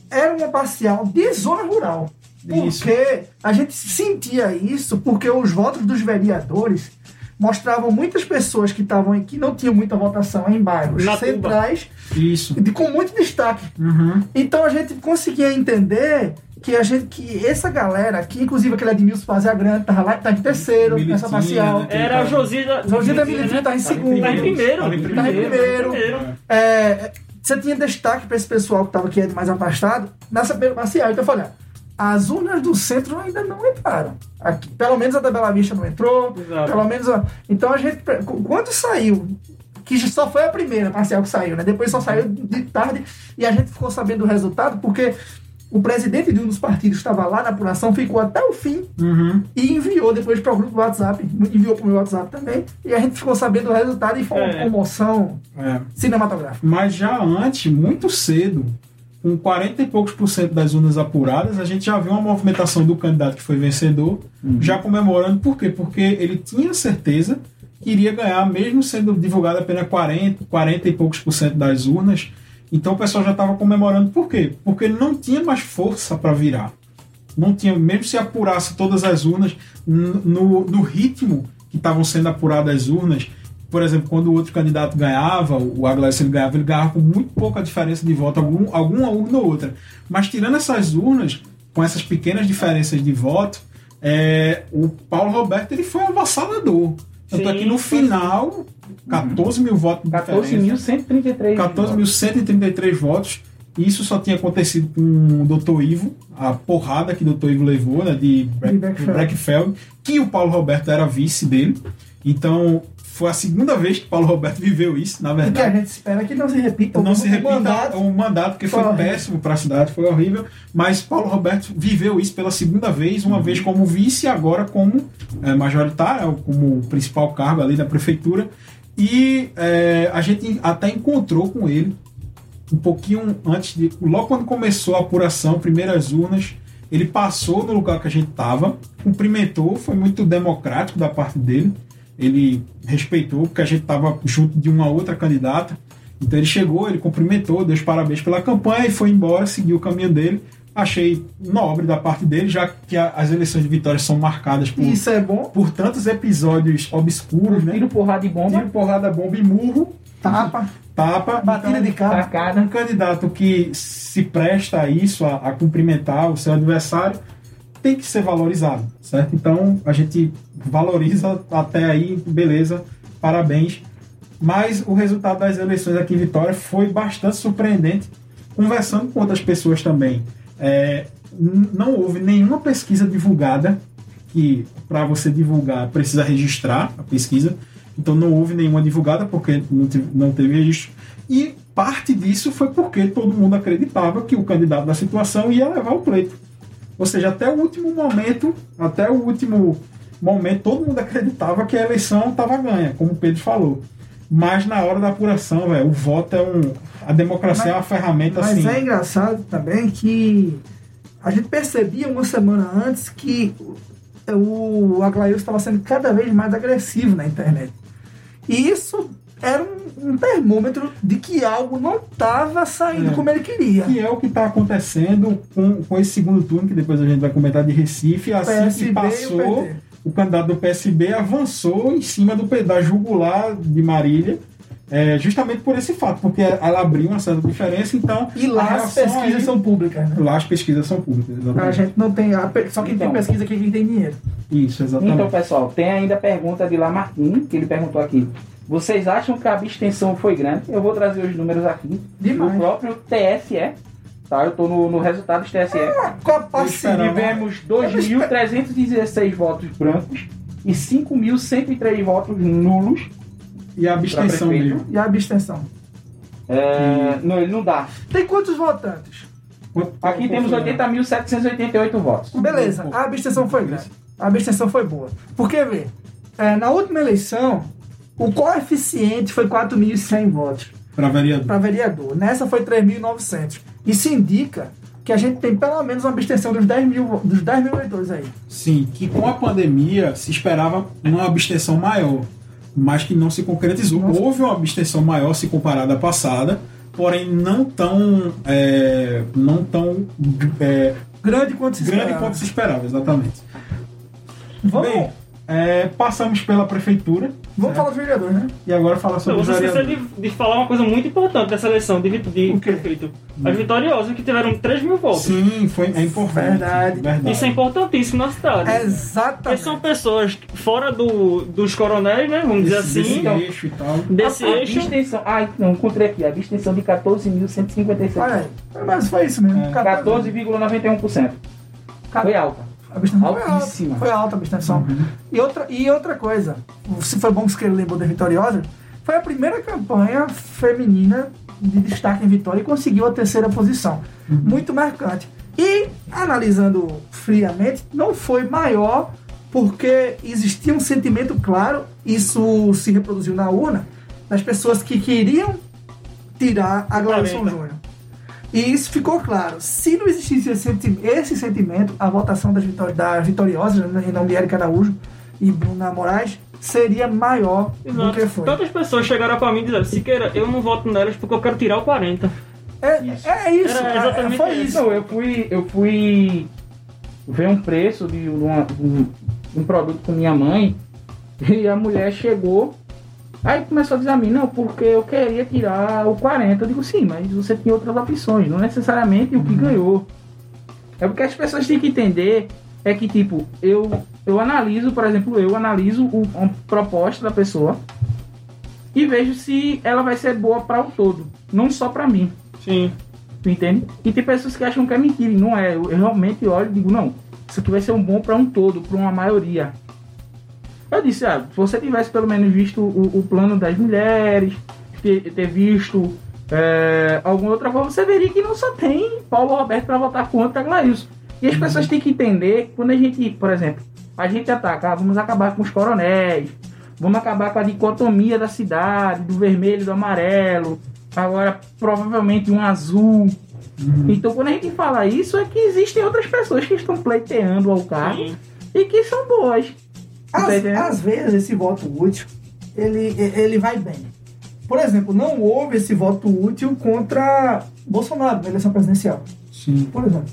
C: era uma parcial de zona rural. Porque
A: Isso.
C: a gente sentia isso porque os votos dos vereadores mostravam muitas pessoas que estavam em- que não tinham muita votação em bairros
B: Na
C: centrais
A: Isso.
C: de- com muito destaque.
A: Uhum.
C: Então a gente conseguia entender que a gente, que essa galera aqui, inclusive aquele Edmilson Fazia Grande, tava lá, tá em terceiro,
A: Militinho,
C: nessa parcial.
A: né?
B: Era a Josida.
C: Josida Militinho tá em segundo.
B: Tá em primeiro.
A: Tá em primeiro.
C: Tá em primeiro.
B: primeiro.
C: É, você tinha destaque pra esse pessoal que tava aqui mais afastado nessa primeira parcial. Então eu falei, ó, as urnas do centro ainda não entraram. Aqui. Pelo menos a da Bela Vista não entrou.
B: Exato.
C: Pelo menos. a- Então a gente. Quando saiu, que só foi a primeira parcial que saiu, né? Depois só saiu de tarde e a gente ficou sabendo do resultado porque o presidente de um dos partidos que estava lá na apuração, ficou até o fim
A: Uhum.
C: e enviou depois para o grupo do WhatsApp. Enviou para o meu WhatsApp também. E a gente ficou sabendo do resultado e foi uma
B: É.
C: comoção
A: É.
C: cinematográfica.
A: Mas já antes, muito cedo, com 40 e poucos por cento das urnas apuradas, a gente já viu uma movimentação do candidato que foi vencedor, já comemorando. Por quê? Porque ele tinha certeza que iria ganhar, mesmo sendo divulgado apenas 40, 40 e poucos por cento das urnas. Então o pessoal já estava comemorando. Por quê? Porque ele não tinha mais força para virar. Não tinha, mesmo se apurasse todas as urnas n- no, no ritmo que estavam sendo apuradas as urnas, por exemplo, quando o outro candidato ganhava, o Aglaício ele ganhava, ele ganhava com muito pouca diferença de voto, algum, alguma urna ou outra. Mas tirando essas urnas, com essas pequenas diferenças de voto, é, o Paulo Roberto ele foi avassalador. Tanto é
B: Sim,
A: que no
B: foi
A: final, 14 mil votos de É, diferença. né?
D: 14.133.
A: 14.133 votos. E Isso só tinha acontecido com o Dr. Ivo, a porrada que o Dr. Ivo levou, né, de Bre-
C: De Breckfeld.
A: Breckfeld, que o Paulo Roberto era vice dele. Então, foi a segunda vez que o Paulo Roberto viveu isso, na
C: E que a
A: verdade.
C: gente espera que não se repita.
A: Não se
C: o
A: repita
C: mandato.
A: o mandato, porque foi
C: Foi horrível.
A: péssimo para a cidade, foi horrível. Mas Paulo Roberto viveu isso pela segunda vez, uma vez como vice e agora como eh, majoritário, como o principal cargo ali da prefeitura. E eh, a gente até encontrou com ele um pouquinho antes de. Logo quando começou a apuração, primeiras urnas, ele passou no lugar que a gente estava, cumprimentou, foi muito democrático da parte dele. Ele respeitou, porque a gente estava junto de uma outra candidata. Então ele chegou, ele cumprimentou, deu os parabéns pela campanha e foi embora, seguiu o caminho dele. Achei nobre da parte dele, já que a- as eleições de vitória são marcadas por,
C: Isso é bom.
A: por tantos episódios obscuros, né?
D: Tiro, porrada e bomba.
A: Tiro, porrada, bomba e murro,
C: Tapa,
A: tapa.
C: batida
A: Então,
C: de carro.
A: um
D: Tacada.
A: candidato que se presta a isso, a, a cumprimentar o seu adversário, tem que ser valorizado, certo? Então a gente valoriza até aí, beleza, parabéns. Mas o resultado das eleições aqui em Vitória foi bastante surpreendente. Conversando com outras pessoas também, é, n- não houve nenhuma pesquisa divulgada que para você divulgar precisa registrar a pesquisa. Então não houve nenhuma divulgada porque não teve, não teve registro. E parte disso foi porque todo mundo acreditava que o candidato da situação ia levar o pleito. Ou seja, até o último momento, até o último momento, todo mundo acreditava que a eleição estava ganha, como o Pedro falou. Mas na hora da apuração, velho, o voto é um. A democracia é uma ferramenta
C: Mas
A: assim.
C: é engraçado também que a gente percebia uma semana antes que o o Aglaíus estava sendo cada vez mais agressivo na internet. E isso era um, um termômetro de que algo não estava saindo
A: É.
C: como ele queria.
A: que é o que está acontecendo com, com esse segundo turno, que depois a gente vai comentar de Recife. Assim que
C: e o
A: passou,
C: PT.
A: o candidato do PSB avançou em cima do pe- da jugular de Marília, é, justamente por esse fato, porque ela abriu uma certa diferença, então
C: E
A: a
C: lá as
A: reação
C: pesquisas
A: aí-
C: são públicas, né?
A: lá as pesquisas são públicas.
C: A
D: Ah,
A: Exatamente.
C: gente não tem. a pe- só quem
D: Então.
C: tem pesquisa aqui é quem tem dinheiro.
A: Isso, exatamente.
D: Então, pessoal, tem ainda a pergunta de Lamartine, que ele perguntou aqui. Vocês acham que a abstenção foi grande? Eu vou trazer os números aqui.
C: Demais.
D: Do próprio TSE. Tá? Eu tô no, no resultado do TSE.
C: Com a parceria.
A: esperava.
D: Tivemos 2.316 votos brancos e 5.103 votos nulos.
A: e a abstenção
D: Pra prefeito.
A: mesmo.
C: E a abstenção.
D: É, não, ele não dá.
C: Tem quantos votantes?
A: Quanto-
D: Aqui
A: quanto
D: temos
A: foi?
D: 80.788 votos.
A: Um
C: Beleza, a abstenção foi grande. A abstenção foi boa. Porque, vê, é, na última eleição, o coeficiente foi 4.100 votos
A: Para vereador.
C: para vereador. Nessa foi 3.900. Isso indica que a gente tem pelo menos uma abstenção dos 10 mil, vo- dos 10 mil eleitores aí.
A: Sim, que com a pandemia se esperava uma abstenção maior, mas que não se concretizou.
C: Não se-
A: Houve uma abstenção maior se comparada à passada, porém não tão, é, não tão é,
C: Grande quanto se
A: grande
C: esperava.
A: quanto se esperava, exatamente.
C: Vamos,
A: Bem, É, passamos pela prefeitura
C: Vamos falar do vereador, né?
A: e agora falar sobre
B: Eu
A: os
B: Então, você esqueceu de,
A: vereadores.
B: de falar uma coisa muito importante dessa eleição de, vi- de
C: O quê?
B: prefeito. As vitoriosas que tiveram 3 mil votos.
A: Sim, foi, é importante.
C: Verdade.
B: Isso é importantíssimo na cidade.
A: é um
B: Porque
C: Exatamente.
B: são pessoas fora do, dos coronéis, né? Vamos dizer
A: Desse,
B: assim.
A: desse eixo e tal.
B: Desse
D: a
B: eixo.
D: abstenção. Ah, não, encontrei aqui. A abstenção de 14.157.
C: Olha aí. Mas foi isso mesmo.
A: É.
D: 14,91%. Foi alta.
C: A abstenção foi
D: Altíssima.
C: alta. Foi alta a abstenção. E, outra, e outra coisa, se foi bom que você lembrou da Vitoriosa, foi a primeira campanha feminina de destaque em Vitória e conseguiu a terceira posição. Muito marcante. E, analisando friamente, não foi maior porque existia um sentimento claro, isso se reproduziu na urna, das pessoas que queriam tirar a Gladson
B: Planeta.
C: Júnior. E isso ficou claro. Se não existisse esse, senti- esse sentimento, a votação das, vitor das vitoriosas, né, em nome de Érica Araújo e Bruna Moraes, seria maior do que
B: Exato. Então,
C: foi.
B: Tantas pessoas chegaram pra mim e disseram, Siqueira, eu não voto nelas porque eu quero tirar o 40.
C: É isso. É isso.
B: Era
C: é-
B: exatamente
C: foi
B: isso.
C: isso.
D: Não, Ah, eu fui, eu fui ver um preço de uma- um, um produto com minha mãe e a mulher chegou. Aí começou a dizer a mim, não, porque eu queria tirar o 40. Eu digo, sim, mas você tem outras opções, não necessariamente o que ganhou. É porque as pessoas têm que entender, é que tipo, eu, eu analiso, por exemplo, eu analiso o, a proposta da pessoa e vejo se ela vai ser boa para o todo, não só para mim.
B: Sim.
D: Tu entende? E tem pessoas que acham que é mentira, e não é. Eu, eu realmente olho e digo, não, isso aqui vai ser um bom para um todo, para uma maioria. Eu disse, ah, se você tivesse pelo menos visto o, o plano das mulheres, ter, ter visto é, alguma outra forma, você veria que não só tem Paulo Roberto para votar contra Glailson. E as pessoas têm que entender que quando a gente, por exemplo, a gente ataca, ah, vamos acabar com os coronéis, vamos acabar com a dicotomia da cidade, do vermelho, do amarelo, agora provavelmente um azul. Então quando a gente fala isso é que existem outras pessoas que estão pleiteando ao carro
B: Sim.
D: e que são boas.
C: Às,
D: Tá entendendo?
C: às vezes esse voto útil, ele, ele vai bem. Por exemplo, não houve esse voto útil contra Bolsonaro na eleição presidencial.
A: Sim.
C: Por exemplo.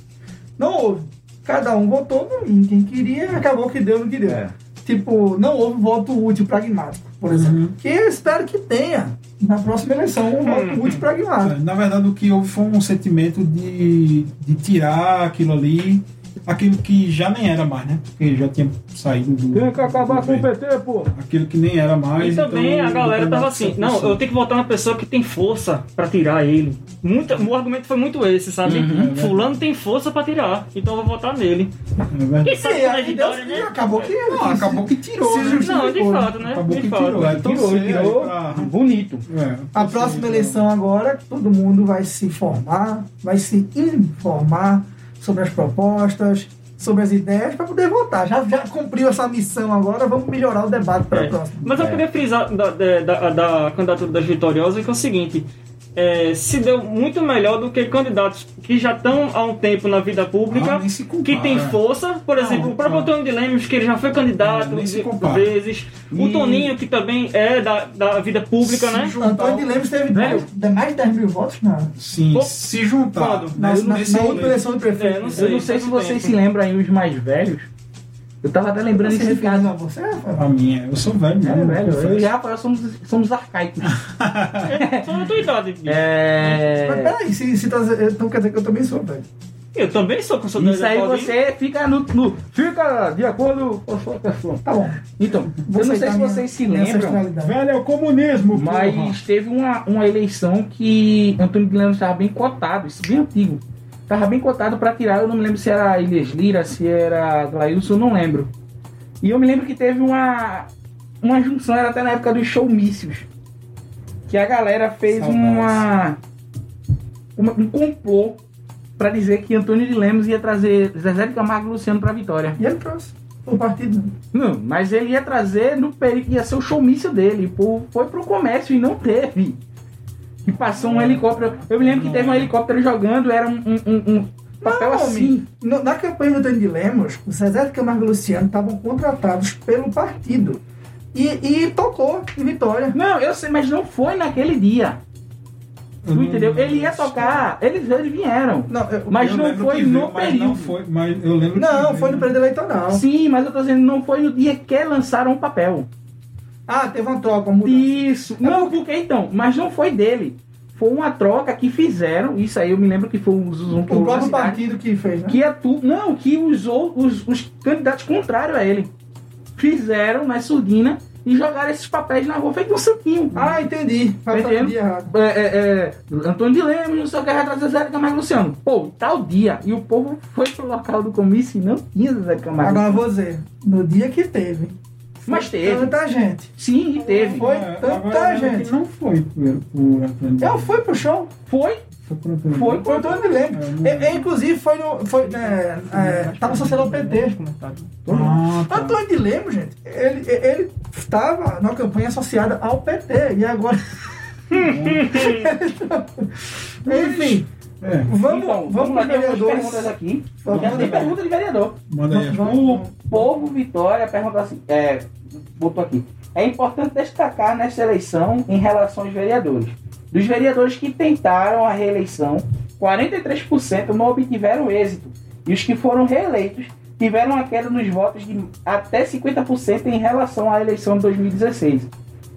C: Não houve. Cada um votou no- em quem queria, acabou que deu no que deu.
A: É.
C: Tipo, não houve voto útil pragmático, por exemplo. Que eu espero que tenha na próxima eleição um voto útil pragmático.
A: Na verdade, o que houve foi um sentimento de, de tirar aquilo ali, aquilo que já nem era mais, né? Porque já tinha saído do. do governo.
D: PT, pô.
A: Aquilo que nem era mais.
B: E também
A: então,
B: a
A: não
B: galera
A: tem
B: tava
A: mais
B: assim,
A: essa
B: não,
A: função.
B: eu tenho que votar na pessoa que tem força pra tirar ele. Muita, o argumento foi muito esse, sabe? Um Fulano tem força pra tirar, então eu vou votar nele.
A: É verdade.
B: E sabe
C: Sim,
B: como é
C: aí deu-
B: vitória, né?
C: acabou que.
A: Não, acabou que tirou.
C: Se
A: né?
C: justificou.
B: Não, de
C: Ficou.
B: fato, né?
A: Acabou
B: de
A: que
B: fato.
A: tirou. É, Então,
D: Tirou,
A: você aí
D: tirou.
A: pra-
D: Bonito.
A: É,
C: A
A: você
C: próxima
A: aí pra-
C: eleição agora, todo mundo vai se formar, vai se informar sobre as propostas, sobre as ideias, para poder votar. Já, já cumpriu essa missão agora, vamos melhorar o debate para
B: É.
C: a próxima.
B: Mas eu queria frisar da, da, da- da candidatura das vitoriosas que é o seguinte: é, se deu muito melhor do que candidatos que já estão há um tempo na vida pública,
A: Ah, nem se compara.
B: que tem força. Por
A: Não,
B: exemplo, o
A: não.
B: próprio Antônio de Lemos, que ele já foi
A: Não,
B: candidato
A: nem se
B: de-
A: compara.
B: vezes. O
D: E-
B: Toninho, que também é da, da vida pública, né?
C: Antônio de Lemos teve
D: Velho.
C: mais- mais de 10 mil votos na,
A: Sim,
B: Pô,
A: se juntar.
B: quando?
C: na,
A: nesse-
C: na-
A: nesse
C: na última
A: momento.
C: eleição do prefeito.
B: É, não
D: Eu não
B: Sei,
D: sei
B: faz
D: se vocês
B: tempo.
D: se lembram aí, os mais velhos. Eu tava até lembrando
C: Você
D: esse
C: se fez
D: caso.
C: a você, Rafael?
A: A minha, eu sou velho
D: É,
A: mesmo.
D: velho,
A: confesso.
D: eu e Rafael somos, somos arcaicos.
B: É, Só na tua idade, bicho.
C: Mas
D: É...
C: peraí, se, se tá, então quer dizer que eu também sou, velho.
B: Eu também sou com
D: Isso aí você fica no, no- Fica de acordo com a sua pessoa.
C: Tá bom.
D: Então,
C: Vou
D: eu não sei
C: aceitar
D: se
C: minha-
D: vocês se
C: minha
D: lembram.
C: ancestralidade.
A: Velho é o comunismo, porra.
D: Mas teve uma, uma eleição que Antônio Guilherme estava bem cotado, isso bem antigo. Estava bem cotado para tirar, eu não me lembro se era Ilhas Lira, se era Glailson, eu não lembro. E eu me lembro que teve uma, uma junção, era até na época dos showmícios. Que a galera fez uma, uma- um complô para dizer que Antônio de Lemos ia trazer Zezé de Camargo e Luciano para Vitória.
C: E ele trouxe o partido.
D: Não, mas ele ia trazer no período, ia ser o showmício dele. Pô, foi pro comércio e não teve. E passou um helicóptero. Eu me lembro que teve um helicóptero jogando, era um, um- um- um papel
C: Não,
D: assim.
C: No- na campanha do Antônio de Lemos, o César de Camargo e o Luciano estavam contratados pelo partido. E, e tocou em Vitória.
D: Não, eu sei, mas não foi naquele dia.
A: Eu
D: Tu
A: não-
D: entendeu? Ele ia
A: não sei.
D: tocar, eles, eles vieram.
C: Não, eu-
D: Mas
A: Eu
D: não
A: lembro
D: foi
A: que
D: no
A: veio, mas
D: período.
A: Não foi, mas eu lembro que
C: não,
A: veio.
C: foi no período eleitoral.
D: Sim, mas eu tô dizendo, não foi no dia que lançaram o papel.
C: Ah, teve uma troca, uma mudança.
D: Isso. Não, porque então, mas não foi dele. Foi uma troca que fizeram. Isso aí eu me lembro que foi um zoom que
C: O
D: rolou na
C: próprio
D: cidade,
C: partido que fez, né?
D: que atu... Não, que usou os, os candidatos contrários a ele. Fizeram na surdina e jogaram esses papéis na rua, feito um santinho.
C: Ah, entendi. Vai fazer
D: Entendeu?
C: dia errado.
D: É, é, é, Antônio de Lemos, não sei o que, atrás da Zé Camargo e Luciano. Pô, tal dia. E o povo foi pro local do comício e não tinha Zé Camargo.
C: Agora vou dizer, no dia que teve,
D: Mas teve.
C: tanta tá, gente.
D: Sim, e teve.
C: Foi
A: É,
C: tanta
A: agora eu lembro
C: gente.
A: que Não foi por, por Antônio.
C: Eu fui pro show,
D: Foi.
A: Foi por Antônio.
D: Foi.
C: foi todo me lembro.
A: É, não-
C: Eu- eu, inclusive foi no. Foi, é, é, tava associado ao PT.
A: Ah, tá.
C: Antônio de Lemos, gente, ele, ele estava na campanha associada ao PT. E agora. Enfim,
A: É,
C: vamos,
D: Então,
C: vamos,
D: lá,
C: para
D: tem algumas
C: vereadores.
D: perguntas aqui.
C: Vamos
D: Já
C: lá.
D: tem pergunta de vereador.
A: manda aí.
D: O povo Vitória perguntou assim, é, botou aqui. É importante destacar nesta eleição em relação aos vereadores. Dos vereadores que tentaram a reeleição, 43% não obtiveram êxito. E os que foram reeleitos tiveram uma queda nos votos de até 50% em relação à eleição de 2016.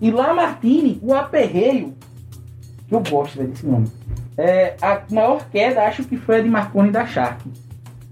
D: E lá Martini, o aperreio, que eu gosto velho, desse nome, é, a maior queda acho que foi a de Marconi da Shark.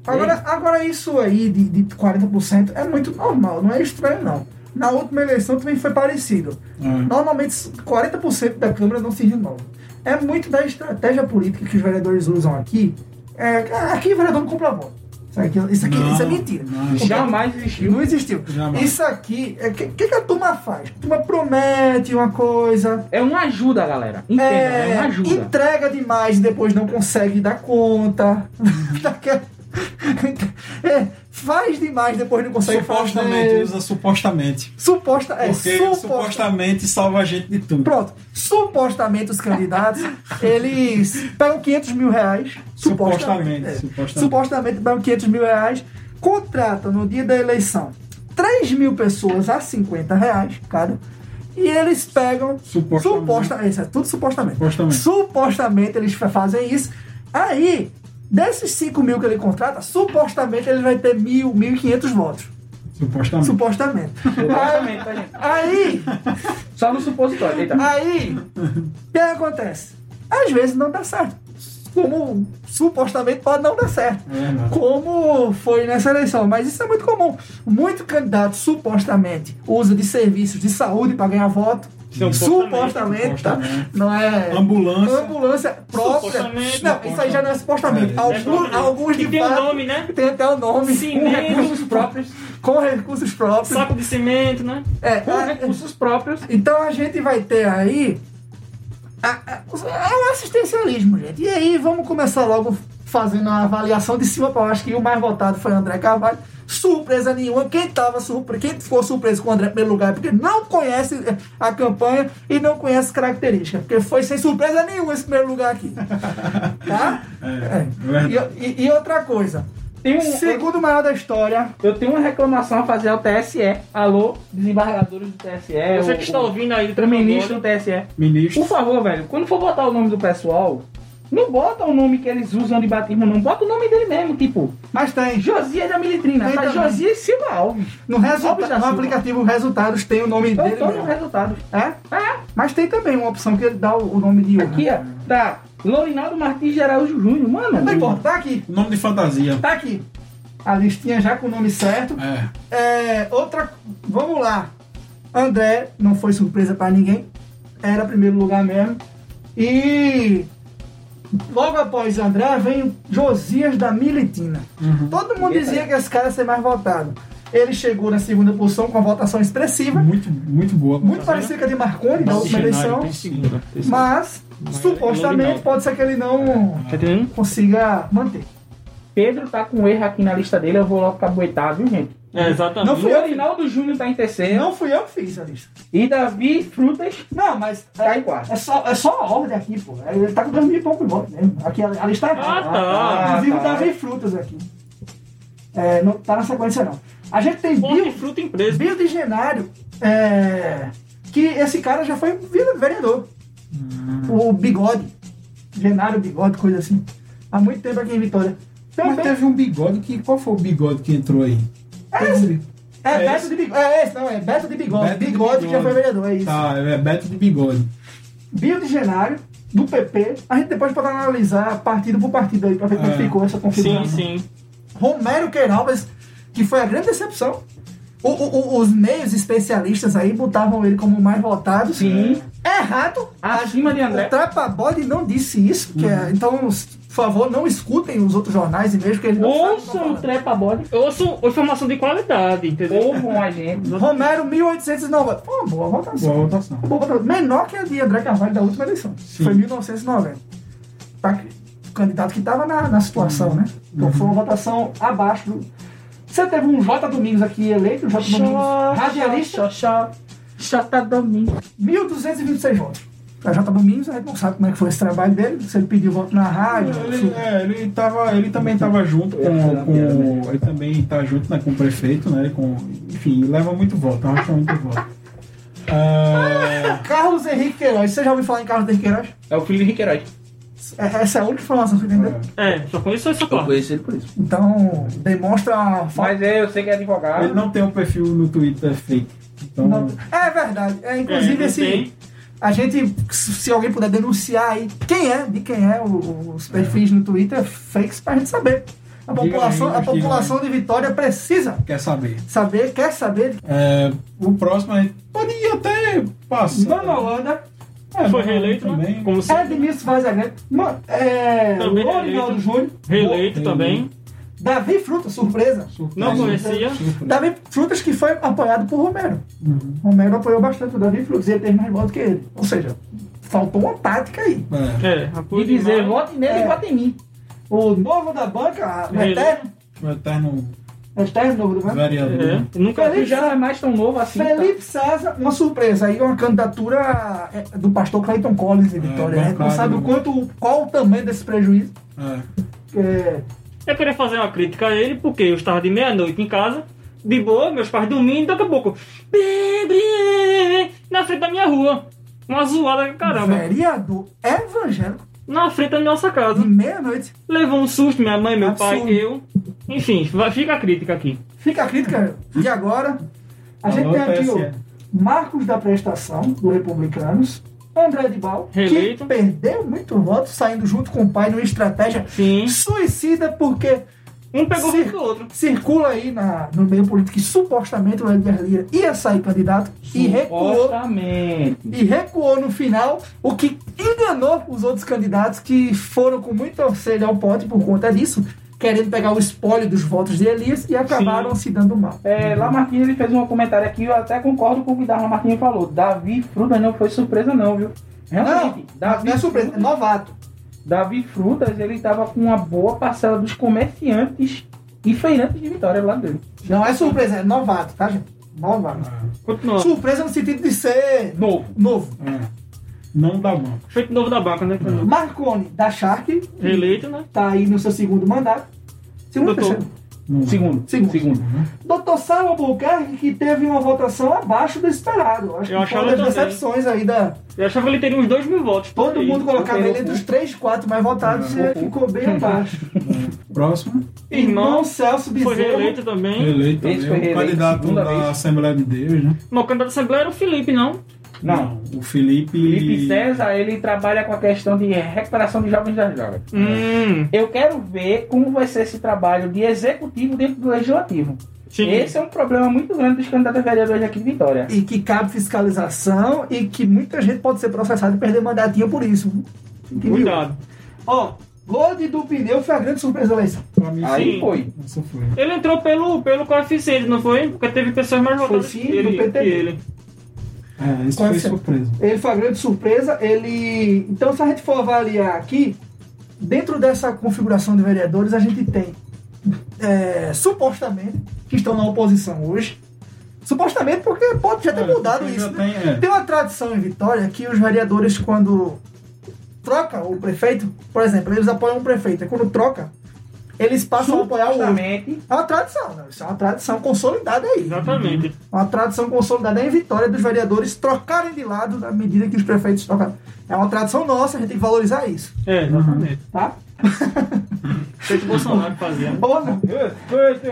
C: Agora, agora isso aí de, de 40% é muito normal, não é estranho não. Na última eleição também foi parecido.
A: Ah,
C: Normalmente 40% da Câmara não se renova. É muito da estratégia política que os vereadores usam aqui. É, aqui o vereador não compra voto. Isso, aqui, isso, aqui-
A: Não,
C: isso é mentira.
A: não.
D: Jamais existiu.
C: Não existiu.
A: Jamais.
C: Isso aqui, o é, que, que que a turma faz? A turma promete uma coisa,
D: É uma ajuda, galera. Entenda, é, uma ajuda.
C: Entrega demais e depois não consegue dar conta. Daquela- É, faz demais depois não consegue
A: É. supostamente,
C: fazer.
A: usa supostamente.
C: Suposta, é,
A: Porque
C: suposta-
A: supostamente salva a gente de tudo.
C: Pronto, supostamente os candidatos, eles pegam 500 mil reais. Supostamente.
A: Supostamente,
C: é.
A: supostamente.
C: supostamente pegam 500 mil reais, contratam no dia da eleição 3 mil pessoas a 50 reais cada, e eles pegam
A: Supostamente.
C: Suposta, isso é tudo supostamente.
A: Supostamente.
C: Supostamente eles fa- fazem isso. Aí, desses 5 mil que ele contrata, supostamente ele vai ter mil, 1.500 votos.
A: Supostamente.
C: Supostamente.
D: Supostamente, tá, gente?
C: Aí,
D: Só no supositório. Eita.
C: aí, o que acontece? Às vezes não dá certo. Como supostamente pode não dar certo.
A: É verdade.
C: Como foi nessa eleição, mas isso é muito comum. Muito candidato supostamente usa de serviços de saúde para ganhar voto. Supostamente, tá?
A: Supostamente.
C: Não é.
A: Ambulância.
C: Ambulância própria.
B: Supostamente.
C: Não, isso aí já não é supostamente.
A: É.
C: Alguns, alguns
B: que
C: de
B: tem um
C: fato-
B: nome, né?
C: Tem até o nome.
D: Com
B: Sim. né?
D: recursos próprios.
C: Com recursos próprios.
B: Saco de cimento, né?
C: É,
D: Com
C: a-
D: recursos próprios.
C: então a gente vai ter aí. a- a- É um assistencialismo, gente. E aí vamos começar logo fazendo a avaliação de cima para baixo, que o mais votado foi André Carvalho. Surpresa nenhuma. Quem tava surpre... quem ficou surpreso com o André em primeiro lugar é porque não conhece a campanha e não conhece características. Porque foi sem surpresa nenhuma esse primeiro lugar aqui. Tá?
A: É,
C: É.
A: verdade.
C: E, e- e outra coisa.
D: Tem um,
C: Segundo maior da história.
D: eu, eu tenho uma reclamação a fazer ao TSE. Alô, desembargadores do TSE.
B: Você
D: É, o-
B: que está ouvindo aí, tá
D: o ministro do TSE.
A: Ministro.
D: Por favor, velho, quando for botar o nome do pessoal, não bota o nome que eles usam de batismo, não. Bota o nome dele mesmo, tipo,
C: Mas tem.
D: Josias da Militrina.
C: Tem
D: Tá
C: também.
D: Josias Silva Alves.
C: No, resulta-
D: Óbvio, já
C: no
D: sim.
C: aplicativo Resultados tem o nome dele.
D: Eu tô no
C: mesmo.
D: resultado.
C: É?
D: É.
C: Mas tem também uma opção que ele dá o, o nome de urna.
D: Aqui, ó, tá. Lorinaldo Martins de Araújo Júnior, mano.
C: Não importa, tá aqui.
A: O nome de fantasia.
C: Tá aqui. A listinha já com o nome certo.
A: É.
C: É, outra. Vamos lá. André não foi surpresa pra ninguém. Era primeiro lugar mesmo. E logo após André vem o Josias da Militina. Todo mundo
D: Eita.
C: dizia que esse cara ia ser mais votado. Ele chegou na segunda posição com a votação expressiva.
A: Muito, muito boa.
C: Muito parecida com a de Marconi da última eleição. é um Mas supostamente pode ser que ele não
B: Tá entendendo?
C: consiga manter.
D: Pedro tá com erro aqui na lista dele, eu vou logo caboetar, viu, gente?
B: É, exatamente.
C: Não fui eu.
D: Lorinaldo Júnior tá em terceiro.
C: Não fui eu que fiz a lista.
D: E Davi Frutas
C: Não, mas
D: tá
C: é,
D: em quarto.
C: é só, é só a ordem aqui, pô. Ele tá com dois mil e pouco votos mesmo. Aqui a, a lista é
B: Ah,
C: errada.
B: tá.
C: Inclusive o
D: tá.
C: Davi Frutas aqui. É, não tá na sequência, não. A gente tem Bill,
B: Hortifruta empresa.
C: Bill de Genário,
D: Hum.
C: é, que esse cara já foi vira- vereador. O Bigode. Genário, bigode, coisa assim. Há muito tempo aqui em Vitória.
A: Mas
C: Também
A: teve um bigode que. Qual foi o bigode que entrou aí?
C: É
A: Teve um
C: esse.
A: bi-
C: é,
A: é
C: Beto
A: esse.
C: de Bigode. É esse, não, é Beto de Bigode.
A: Beto de
C: bigode que já
A: Bigode.
C: foi vereador, é isso.
A: Tá, é Beto de Bigode.
C: Bio de Genário, do PP. A gente depois pode analisar partido por partido aí pra ver como
A: É.
C: ficou essa configuração.
B: Sim, sim.
C: Romero Queiroz, que foi a grande decepção. O- o- o- os meios especialistas aí botavam ele como o mais votado. É
D: Sim.
C: Errado.
D: Acima de André.
C: O Trapa Bode não disse isso. que é- então, s- por favor, não escutem os outros jornais e mesmo que ele não sabe o que
D: Ouçam
C: eu
D: o
C: tô
D: trepa bode.
B: Eu ouço informação de qualidade, entendeu?
D: Ouvam a gente.
C: falando. Romero, 1890. Pô, boa votação.
A: Boa votação.
C: Boa votação. Menor que a de André Carvalho da última eleição.
A: Sim.
C: Foi 1990. Pra Tá que- o candidato que estava na, na
A: Uhum.
C: situação, né? Então foi uma votação abaixo do... Você teve um J. Domingos aqui eleito, J. Domingos, radialista,
D: Radialista. Xota Domingo.
C: 1.226 votos. A J. Domingos, a gente não sabe como é que foi esse trabalho dele, se ele pediu voto na rádio.
A: Ele,
C: se-
A: é, ele, tava, ele também estava junto
C: é
A: com,
C: né?
A: com- Ele também tá junto né, com o prefeito, né? Com, enfim, leva muito voto, arrasta muito voto. Ah,
C: Carlos Henrique Queiroz, você já ouviu falar em Carlos Henrique Queiroz?
E: É o filho de Riqueiroz.
C: É- Essa é a única informação que você entendeu?
B: É, só conheço essa
E: Eu
B: parte.
E: conheço ele por isso.
C: Então, demonstra a falta.
D: Mas é, eu sei que é
A: é, ele
D: advogado.
A: não tem um perfil no Twitter fake. Então,
C: Não- É verdade. É, inclusive,
B: É,
C: esse,
B: tem.
C: a gente, se alguém puder denunciar aí quem é, de quem é o- os perfis no Twitter, fakes, pra gente saber. A
A: Diga aí,
C: população,
A: diga
C: a
A: aí.
C: população de Vitória precisa
A: quer saber.
C: saber, quer saber.
A: É, o próximo a gente poderia até passar.
C: Dona Holanda,
A: É,
B: Foi
A: mas
B: reeleito, né?
A: também.
B: Como se...
C: Edmilson Vaz Agrante, Ma- é,
B: Também
C: Lorivaldo
B: reeleito.
C: Júnior,
B: Reeleito também.
C: Davi Frutas, surpresa.
A: Surpresa.
B: Não conhecia.
A: Surpresa.
C: Davi Frutas que foi apoiado por Romero.
A: Uhum.
C: Romero apoiou bastante o Davi Frutas e ele teve mais votos que ele. Ou seja, faltou uma tática aí.
A: É,
B: É,
D: E
B: apoio
D: dizer,
B: demais.
D: vote nele
C: É.
D: e vote em mim.
C: O novo da banca, o
B: Ele.
C: Eterno,
A: É, o eterno
C: o Eterno novo da banca.
A: vereador.
B: É, nunca
D: Ele
B: vi.
D: já não é mais tão novo assim.
C: Felipe César, uma surpresa aí, uma candidatura é, do pastor Clayton Collins em Vitória.
A: É,
C: A gente não
A: bancário.
C: sabe o quanto, qual o tamanho desse prejuízo.
A: É.
C: que é-
B: Eu queria fazer uma crítica a ele, porque eu estava de meia-noite em casa, de boa, meus pais dormindo, daqui a pouco. Bebê! Na frente da minha rua. Uma zoada, caramba.
C: Vereador evangélico
B: Na frente da nossa
C: de
B: casa.
C: meia-noite.
B: Levou um susto, minha mãe, meu
C: Absurdo.
B: pai, eu. Enfim, vai- fica a crítica aqui.
C: Fica a crítica. E agora, a gente
A: Alô,
C: tem aqui
A: PSL.
C: o Marcos da Prestação, do Republicanos. André de Bal, que
B: Reeleito.
C: perdeu muito voto, saindo junto com o pai numa estratégia
B: Sim.
C: suicida, porque
B: Um pegou
C: Sim.
B: o do outro.
C: circula aí na- no meio político que supostamente o Edgar Lira ia sair candidato e recuou,
D: Supostamente.
C: e recuou no final, o que enganou os outros candidatos que foram com muito auxílio ao pote por conta disso, querendo pegar o espólio dos votos de Elias e acabaram se dando mal.
D: É, lá Marquinhos ele fez um comentário aqui, eu até concordo com o que Darla Marquinhos falou. Davi Frutas não foi surpresa não, viu? Realmente, Davi,
C: não é surpresa, é
D: Frutas,
C: novato.
D: Davi Frutas, ele tava com uma boa parcela dos comerciantes e feirantes de Vitória lá dele.
C: Não é surpresa, é novato, tá, gente? Novato.
B: Continua.
C: Surpresa no sentido de ser
D: Novo.
C: novo.
A: É. Não dá bom.
B: Feito novo da banca, né?
C: Marconi, da Shark,
B: Reeleito, né?
C: tá aí no seu segundo mandato. Segundo,
B: Doutor.
C: terceiro?
A: Não dá.
D: Segundo.
C: Segundo.
D: Segundo.
C: Dr. Sal Albuquerque, que teve uma votação abaixo do esperado. Acho
B: Eu
C: que foi
B: achava
C: uma das
B: também.
C: decepções aí da.
B: Eu achava que ele teria uns dois mil votos. por
C: Todo
B: aí.
C: mundo colocava
D: eu
C: ele entre os três, quatro mais votados
B: Uhum.
C: e ele ficou bem abaixo.
A: É. Próximo.
C: Irmão
B: Irmão
C: Celso
B: Foi
C: Bezerra.
B: reeleito também.
A: Eleito
D: Esse foi
A: também, o
D: reeleito
A: candidato
D: segunda
A: da
D: vez.
A: Assembleia de Deus, né?
B: Mas o candidato da Assembleia era o Felipe, não?
D: Não.
A: O Felipe.
D: Felipe César, ele trabalha com a questão de recuperação de jovens das drogas.
B: Hum.
D: Eu quero ver como vai ser esse trabalho de executivo dentro do legislativo.
B: Sim.
D: Esse é um problema muito grande dos candidatos a vereadores aqui de Vitória.
C: E que cabe fiscalização e que muita gente pode ser processada e perder mandatinho por isso. Entendeu?
B: Cuidado.
C: Ó, Gold do pneu foi a grande surpresa da eleição.
A: Pra mim,
D: Aí
B: Sim.
D: foi.
A: essa foi.
B: Ele entrou pelo, pelo coeficiente, não foi? Porque teve pessoas mais
C: Foi
B: votadas
C: sim,
B: que ele.
C: do PT.
B: que ele.
A: É, isso
C: Qual
A: foi
C: é seu-
A: surpresa.
C: Ele foi a grande surpresa. Ele. Então, se a gente for avaliar aqui, dentro dessa configuração de vereadores, a gente tem é, supostamente que estão na oposição hoje. Supostamente porque pode já ter
A: É,
C: mudado
A: porque
C: isso.
A: já
C: né?
A: Tem, é.
C: Tem uma tradição em Vitória que os vereadores, quando troca o prefeito, por exemplo, eles apoiam o prefeito, e quando troca, eles passam a apoiar o outro.
D: Supostamente,
C: É uma tradição, né? Isso é uma tradição consolidada aí.
B: Exatamente.
C: Uma tradição consolidada é em vitória dos vereadores trocarem de lado na medida que os prefeitos trocam. É uma tradição nossa, a gente tem que valorizar isso,
B: É, exatamente.
C: Uhum. tá?
B: Feito o Bolsonaro que fazia. né?
C: Ou não.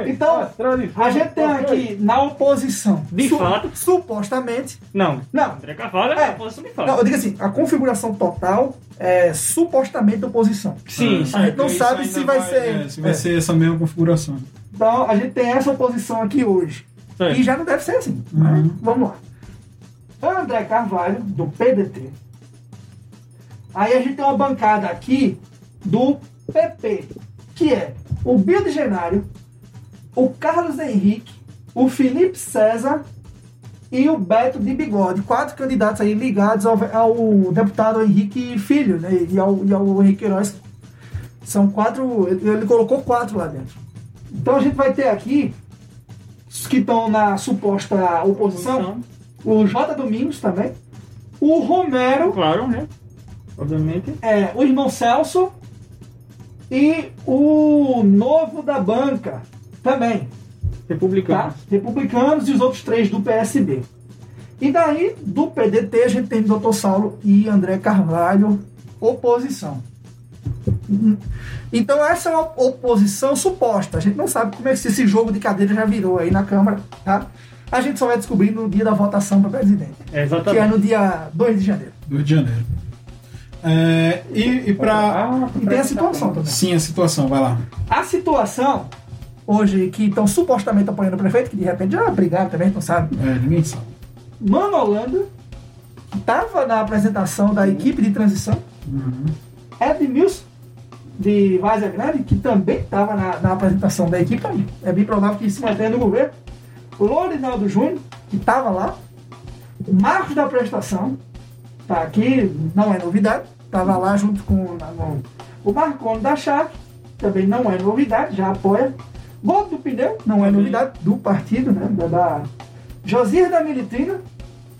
C: Então, a gente tem aqui na oposição.
B: De fato.
C: Supostamente.
B: Não.
C: Não,
B: André Carvalho é
C: É.
B: a posição de
C: não,
B: fato.
C: eu digo assim, a configuração total é supostamente oposição.
B: Sim,
C: A gente não
A: Ah, Isso
C: sabe
A: ainda
C: se vai ser-
A: é, se vai
C: é.
A: ser essa mesma configuração.
C: Então, a gente tem essa oposição aqui hoje.
B: É.
C: E já não deve ser assim.
A: Uhum.
C: Mas vamos lá. André Carvalho, do PDT. Aí a gente tem uma bancada aqui do PP, que é o Bildo Genário, o Carlos Henrique, o Felipe César e o Beto de Bigode. Quatro candidatos aí ligados ao, ao deputado Henrique Filho, né? E ao, e ao Henrique Queiroz. São quatro. Ele ele colocou quatro lá dentro. Então a gente vai ter aqui os que estão na suposta oposição.
B: Oposição.
C: O J. Domingos também. O Romero,
B: Claro, né? Obviamente.
C: é, o irmão Celso e o novo da banca também,
B: Republicano.
C: tá? Republicanos e os outros três do PSB. E daí, do PDT, a gente tem Dr. Saulo e André Carvalho, oposição. Hum. Então essa é uma oposição suposta. A gente não sabe como é que esse jogo de cadeira já virou aí na Câmara, tá? A gente só vai descobrir no dia da votação para presidente,
B: É,
C: que é
B: exatamente.
C: no dia 2 de janeiro.
A: 2 de janeiro. É, e e
D: Ah,
A: para.
C: E
D: Tá
C: tem a situação também.
A: Sim, a situação, vai lá.
C: A situação hoje que estão supostamente apoiando o prefeito, que de repente já brigaram também, não sabe.
A: É, ninguém sabe.
C: Mano Holanda, que estava na apresentação da equipe de transição. Edmilson, de Vaza Grande, que também estava na, na apresentação da equipe. também. É bem provável que se mantenha no governo. Lorinaldo Júnior, que estava lá. Marcos da Prestação, tá aqui, não é novidade. Estava lá junto com na- no- o Marconi da Chave, também não é novidade, já apoia. Gordo do Pneu, não é novidade, do partido, né? Da, da Josias da Militrina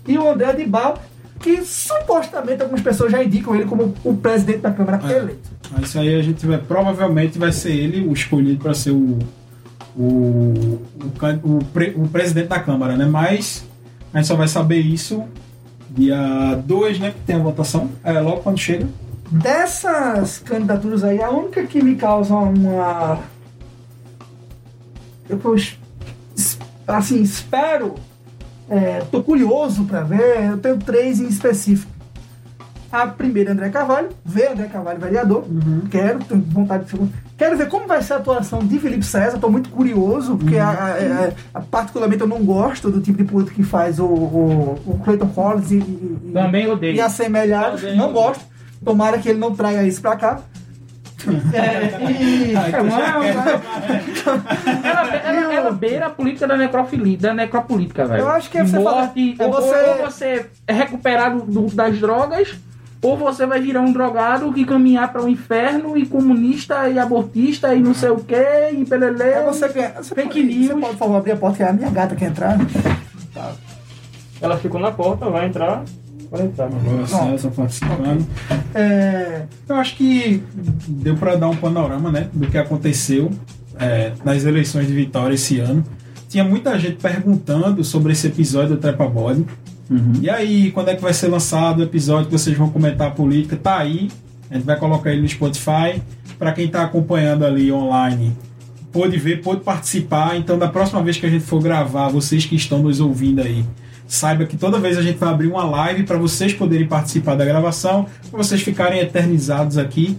C: e o André de Bal, que supostamente algumas pessoas já indicam ele como o presidente da Câmara
A: É.
C: eleito.
A: Mas Isso aí a gente vai. Provavelmente vai ser ele o escolhido para ser o. O, o, can- o, pre- o presidente da Câmara, né? Mas a gente só vai saber isso dia 2, né? Que tem a votação. É logo quando chega.
C: Dessas candidaturas aí, a única que me causa uma. Eu, eu es- es- assim, espero. É, tô curioso pra ver. Eu tenho três em específico. A primeira, André Carvalho. Ver André Carvalho, vereador. Quero, tenho vontade de ser. Quero ver como vai ser a atuação de Felipe César. Tô muito curioso, porque a- a- a- a- particularmente eu não gosto do tipo de política que faz o, o, o Clayton Collins e, e- e-
D: Também odeio.
C: e assemelhados.
B: Também
C: Não
B: odeio.
C: gosto. Tomara que ele não traia isso pra cá. É, e-
D: É, mano, ela, ela- ela beira a política da necrofilia, da necropolítica, velho.
C: Eu acho que
D: De
C: você fala-
D: morte,
C: é
D: ou, ou-
C: você-
D: ou você é recuperado do- das drogas, ou você vai virar um drogado que caminhar para o inferno e comunista e abortista e não sei o que, e pelelê.
C: É você que você
D: Fake
C: pode,
D: news.
C: Você pode, por favor, abrir a porta que é a minha gata quer entrar. né? é-
B: Ela ficou na porta, vai entrar. Vai entrar, mano.
A: Agora
C: Pronto.
A: Celso participando.
C: É,
A: Eu acho que deu para dar um panorama né, do que aconteceu é, nas eleições de Vitória esse ano. Tinha muita gente perguntando sobre esse episódio do Trepa Bode. E aí, quando é que vai ser lançado o episódio que vocês vão comentar a política? Tá aí. A gente vai colocar ele no Spotify. Para quem tá acompanhando ali online, pôde ver, pôde participar. Então, da próxima vez que a gente for gravar, vocês que estão nos ouvindo aí, saiba que toda vez a gente vai abrir uma live para vocês poderem participar da gravação, para vocês ficarem eternizados aqui.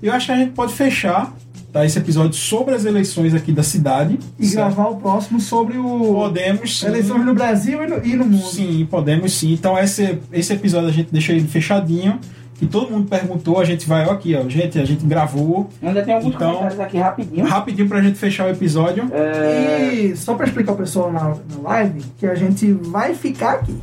A: E eu acho que a gente pode fechar tá, esse episódio sobre as eleições aqui da cidade.
C: e
A: certo?
C: gravar o próximo sobre o
A: Podemos. sim.
C: eleições no Brasil e no, e no mundo.
A: Sim, podemos sim. Então esse, esse episódio a gente deixa ele fechadinho. Que todo mundo perguntou, a gente vai ó, aqui, ó. Gente, a gente gravou
D: Ainda tem alguns
A: Então-
D: comentários aqui rapidinho.
A: rapidinho pra gente fechar o episódio.
C: É. E só para explicar ao pessoal na, na live que a gente vai ficar aqui.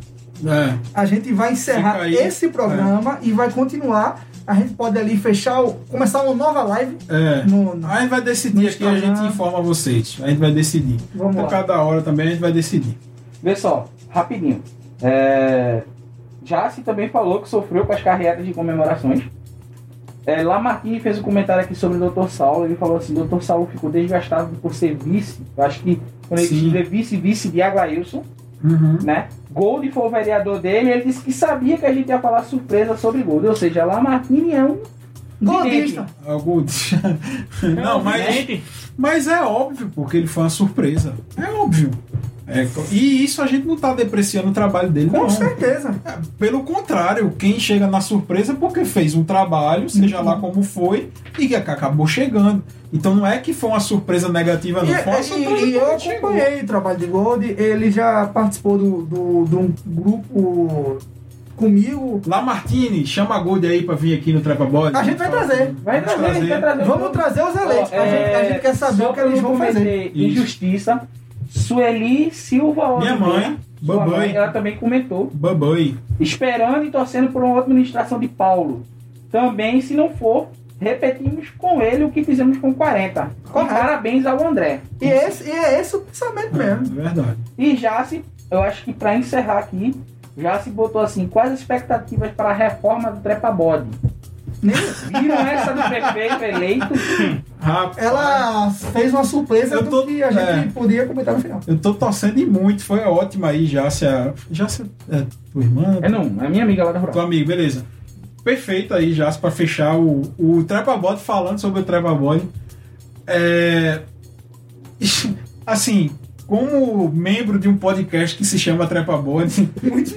A: É.
C: A gente vai encerrar
A: Fica aí.
C: esse programa e vai continuar. A gente pode ali fechar, o, começar uma nova live.
A: É.
C: No, no-
A: Aí vai decidir
C: No
A: aqui, a
C: Instagram.
A: gente informa vocês. A gente vai decidir.
C: Vamos
A: então,
C: lá.
A: cada hora também a gente vai decidir.
D: Vê só, rapidinho. É... Jace também falou que sofreu com as carreadas de comemorações. É, Lamartine fez um comentário aqui sobre o Dr. Saulo. Ele falou assim: Dr. Saulo ficou desgastado por ser vice. Eu acho que quando ele
A: Sim.
D: escreveu vice, vice de Aglailson,
A: Uhum.
D: né? Gold foi o vereador dele. Ele disse que sabia que a gente ia falar surpresa sobre Gold. Ou seja, Lamartine é um.
C: Godista.
A: Alguns. Não, mas,
B: Gente,
A: mas é óbvio, porque ele foi uma surpresa. É óbvio. É, co- e isso a gente não tá depreciando o trabalho dele,
C: Com
A: não.
C: certeza.
A: Pelo contrário, quem chega na surpresa é porque fez um trabalho, seja
C: Uhum.
A: lá como foi, e que ac- acabou chegando. Então não é que foi uma surpresa negativa, não. Foi uma
C: E,
A: surpresa
C: e-
D: um
C: e eu
A: porque chegou.
C: acompanhei o trabalho de Gold, ele já participou de do, do, de um grupo comigo.
A: Lá, Martini, chama a Gold aí pra vir aqui no Trepa Bode.
C: A gente vai trazer.
D: Vai
A: Vamos
D: trazer,
A: trazer.
D: vai trazer. o
C: Vamos trazer os eleitos, a, gente, a gente quer saber
D: É, só
C: o que
D: pra
C: eles
D: não
C: vão fazer.
D: cometer
A: Isso.
D: Injustiça. Sueli Silva
A: Minha
D: Oliveira,
A: mãe,
D: sua mãe,
A: Babai.
D: ela também comentou.
A: Babai.
D: Esperando e torcendo por uma outra administração de Paulo. Também, se não for, repetimos com ele o que fizemos com 40. E
C: Correto.
D: Parabéns ao André.
C: E, esse, e é esse o pensamento
A: É
C: mesmo.
A: verdade.
D: E já se, eu acho que para encerrar aqui, já se botou assim: quais as expectativas para a reforma do Trepa Bode?
C: Nem-
D: Viram essa do prefeito eleito?
A: Rapaz,
C: Ela fez uma surpresa
A: Eu tô-
C: do que a gente
A: é.
C: podia comentar no final.
A: Eu tô torcendo e muito, foi ótima aí, Jácia. Jácia é tua irmã?
D: É não, é minha amiga lá da Rural.
A: Teu amigo, beleza. Perfeito aí, Jácia, pra fechar o, o Trepa Bode, falando sobre o Trepa Bode. É... Assim, como membro de um podcast que se chama Trepa Bode,
C: Muito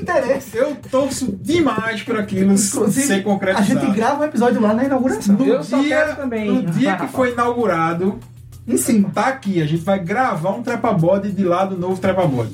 C: interesse.
A: eu torço demais por aquilo
C: Inclusive,
A: ser
C: A
A: concretizado.
C: gente grava um episódio lá na inauguração.
A: no
D: Eu só
A: dia,
D: quero também.
A: no dia que
D: Rapaz.
A: foi inaugurado,
C: Em cima.
A: tá aqui, a gente vai gravar um trepa-bode de lá do novo trepa-bode.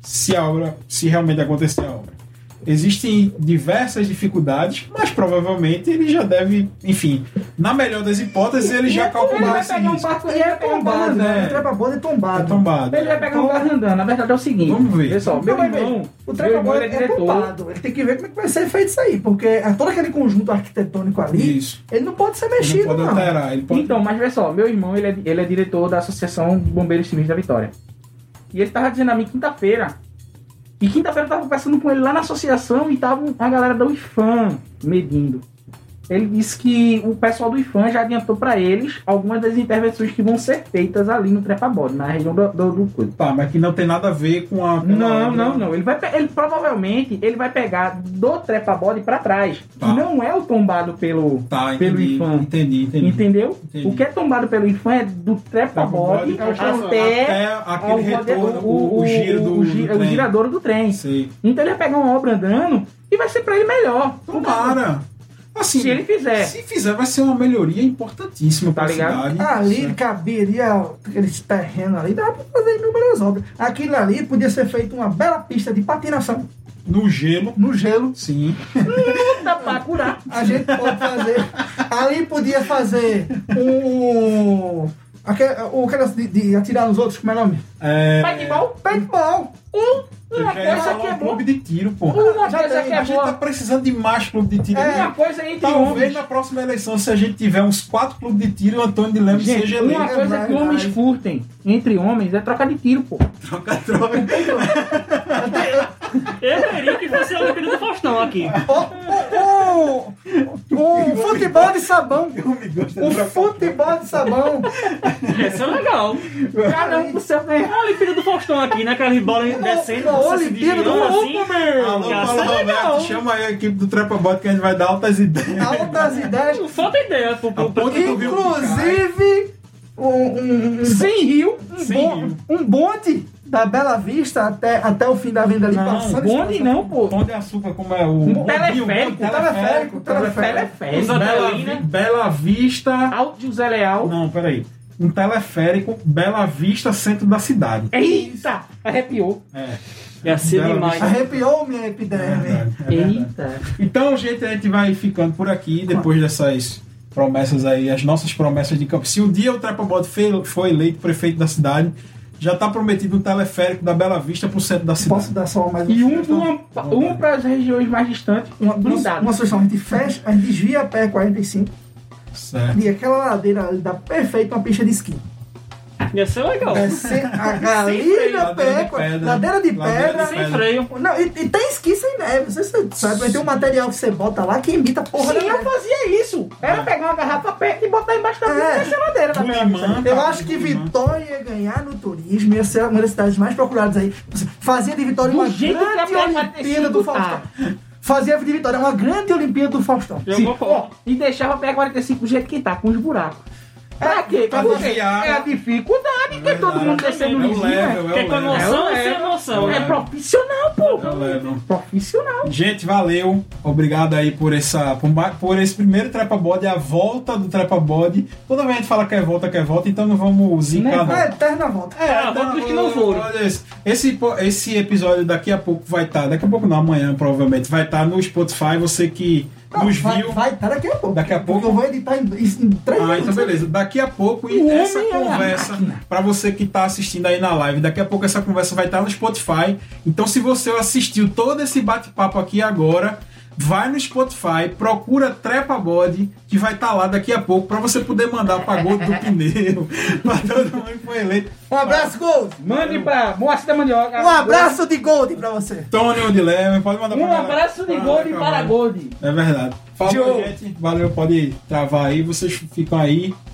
A: Se a obra, se realmente acontecer a obra. Existem diversas dificuldades, mas provavelmente ele já deve, enfim, na melhor das hipóteses, ele já
D: Ele
A: calculou
D: vai
A: esse
D: pegar um
A: risco.
D: barco e é tombado.
C: Tombado,
A: né?
C: né? O trepa-bola é
A: Tá
C: tombado.
A: tombado.
D: Ele vai pegar um barco andando. Na verdade é o seguinte.
A: Vamos ver.
D: Pessoal, meu
C: Não, mas
D: irmão,
C: veja, o
D: meu irmão
C: trepa-bola
D: ele é
C: é
D: diretor.
C: tombado. Ele tem que ver como é que vai ser feito isso aí, porque é todo aquele conjunto arquitetônico
D: um
C: ali,
A: Isso.
C: ele não pode ser
A: Ele não
C: mexido,
A: pode
C: não.
A: alterar. Ele pode...
D: Então, mas pessoal, meu irmão ele é, ele é diretor da Associação de Bombeiros Civis da Vitória. E ele tava dizendo a mim quinta-feira. E quinta-feira eu tava conversando com ele lá na associação e tava a galera da UFAM medindo. Ele disse que o pessoal do IFAM já adiantou para eles algumas das intervenções que vão ser feitas ali no Trepabode, na região do, do, do coisa.
A: Tá, mas que não tem nada a ver com a. com a
D: Não,
A: obra.
D: não, não. Ele vai, pe- ele provavelmente ele vai pegar do trepa-bode pra trás.
A: Tá.
D: Que não é o tombado pelo,
A: Tá,
D: pelo
A: entendi.
D: infam.
A: Entendi, entendi.
D: Entendeu?
A: Entendi. É
D: O que é tombado pelo infam é do trepa-bode
A: Trepa-bode
D: até
A: Até
D: ao
A: aquele
D: rodeador,
A: retorno, o, o giro do.
D: É o gi-
A: do
D: o
A: trem.
D: giradouro do trem.
A: Sei.
D: Então ele vai pegar uma obra andando e vai ser pra ele melhor.
A: Então Tomara. Assim,
D: Se ele fizer.
A: Se fizer, vai ser uma melhoria importantíssima
D: É. Tá
A: pra
D: ligado?
A: cidade.
C: Ali caberia aqueles terrenos ali, dava pra fazer inúmeras obras. Aquilo ali podia ser feito uma bela pista de patinação
A: No gelo.
C: no gelo.
A: Sim.
D: Dá Tá pra curar.
C: A gente pode fazer. Ali podia fazer um. Aquele, o que era de, de atirar nos outros, como é o nome? Um
A: É,
D: Vai de mal.
C: Paintball!
A: eu
D: Uma
A: já ia
D: coisa
A: falar
D: que é
A: um
D: boa.
A: clube de tiro, pô.
D: Uma
C: Já
D: coisa
C: tem,
D: que
A: A
D: é
A: gente tá
D: boa. É. Tá
A: precisando de mais clube de tiro. Então,
D: Uma coisa entre
A: É. Talvez
D: homens.
A: na próxima eleição, se a gente tiver uns quatro clubes de tiro, o Antônio de Lemos
D: Gente,
A: seja eleito.
D: uma coisa que homens
C: Vai.
D: curtem entre homens é troca de tiro, pô.
A: Troca, troca.
B: eu queria que fosse a Olimpíada do Faustão aqui.
C: O, o, o Um, futebol de sabão!
A: Eu me gosto
C: O
A: de trocar.
C: futebol de sabão!
B: Essa é legal.
D: Cada um pro seu ganhar.
B: A Olimpíada do Faustão aqui, né? Aquelas bolas descendo,
C: Uma
B: você se
C: Olimpíada do
B: desviando assim.
A: Alô,
B: Essa
A: Paulo
B: é legal.
A: Roberto, chama aí a equipe do Trepa Bot que a gente vai dar altas ideias.
C: Altas ideias!
B: Não falta ideia pro, pro, pro,
A: Aponta-
C: Inclusive, um, um, um,
D: Sem rio.
C: um
A: Sem
C: bon-
A: rio.
C: um bonde da Bela Vista até, até o fim da venda ali
D: Não,
C: passando.
D: bonde não, pô.
A: Pão de açúcar, como é o.
D: Um
A: o-
D: teleférico,
A: o
C: teleférico,
D: é
C: teleférico.
B: Os
D: Teleférico.
A: Bela,
B: Adelina.
A: Vi- Bela Vista.
D: Alto José Leal.
A: Não, peraí. Um teleférico Bela Vista, centro da cidade.
D: É, Eita! Arrepiou.
A: É.
B: Ia ser
A: Bela
B: demais.
A: Vista.
C: Arrepiou minha
A: É
C: epiderme.
A: verdade, é verdade.
D: Eita.
A: Então, gente, a gente vai ficando por aqui depois dessas promessas aí, as nossas promessas de campo. Se um dia o Trepobot fe- foi eleito prefeito da cidade, já está prometido um teleférico da Bela Vista pro centro da cidade.
C: Posso dar só mais
D: E um,
C: sugestão?
D: uma, um para as regiões mais distantes,
C: uma, uma,
D: blindado.
C: uma sugestão, a gente fecha, a gente desvia a pé 45
A: Certo.
C: e aquela ladeira ali dá perfeito uma pista de esqui.
B: Ia ser legal.
C: É sem- a
A: freio,
C: galinha
A: ladeira de
C: pecua,
A: pedra.
C: ladeira de
A: Ladeira
C: pedra.
A: de
B: Sem freio.
C: Não, e, e tem esqui sem neve. Não sei se você sabe, mas tem um material que você bota lá que imita a porra da
D: Sim, É. eu
C: neve.
D: fazia isso. Era pegar uma garrafa PET e botar embaixo da
C: É.
D: é. geladeira.
A: Com
D: Da
A: imã.
C: Eu acho que Vitória ia ganhar no turismo, ia ser uma das cidades mais procuradas aí. Fazia de Vitória
D: Do
C: uma
D: jeito que a
C: grande
D: Terra vai ter
C: Olimpíada
D: sido,
C: do Faustão.
D: tá.
C: Fazia de Vitória uma grande Olimpíada do Faustão.
B: Eu
D: Sim. Ó,
B: concordo.
D: e deixava a P45 do jeito que tá, com os buracos. É, Pra quê?
A: pra
D: Porque
A: desviar.
D: É a dificuldade que
A: É
D: todo mundo
A: verdade.
D: descendo
A: É o
D: no
A: level,
D: vizinho.
A: é
B: Quer com
A: o level.
B: emoção
D: É,
B: é, sem
D: é.
B: emoção.
D: É, é profissional, pô.
A: É o level.
D: Profissional.
A: Gente, valeu. Obrigado aí por essa por ma- por esse primeiro trepa bode, a volta do trepa bode. Toda vez a gente fala que é volta, que é volta, então não vamos
D: Não
A: zicar não.
C: Uma eterna volta.
A: É,
B: é Ah,
A: então,
B: vamos que não foram.
A: olha esse- Esse, po- esse episódio daqui a pouco vai estar, daqui a pouco não, amanhã provavelmente, vai estar no Spotify, você que
C: Não,
A: nos
C: É, vai,
A: viu.
C: vai tá daqui a pouco.
A: Daqui a pouco-
C: Porque eu vou editar em, isso em três
A: Ah, então
C: minutos.
A: beleza. Daqui a pouco, e
D: O
A: essa
D: homem é a
A: conversa,
D: máquina.
A: pra você que tá assistindo aí na live, daqui a pouco essa conversa vai estar no Spotify. Então, se você assistiu todo esse bate-papo aqui agora, vai no Spotify, procura Trepa Body, que vai estar lá daqui a pouco, pra você poder mandar pra Gordo do Pneu, pra todo mundo que foi eleito.
C: Um abraço, Gold!
D: Mande pra Moacir da Mandioca.
C: Um abraço de Gold pra você!
A: Tônio de Leme, pode mandar pra
D: Um
A: galera.
D: abraço de
A: Ah,
D: Gold
A: calma
D: para
A: aí.
D: Gold.
A: É verdade. Falou,
C: Tchau.
A: gente. Valeu, pode travar aí. Vocês ficam aí.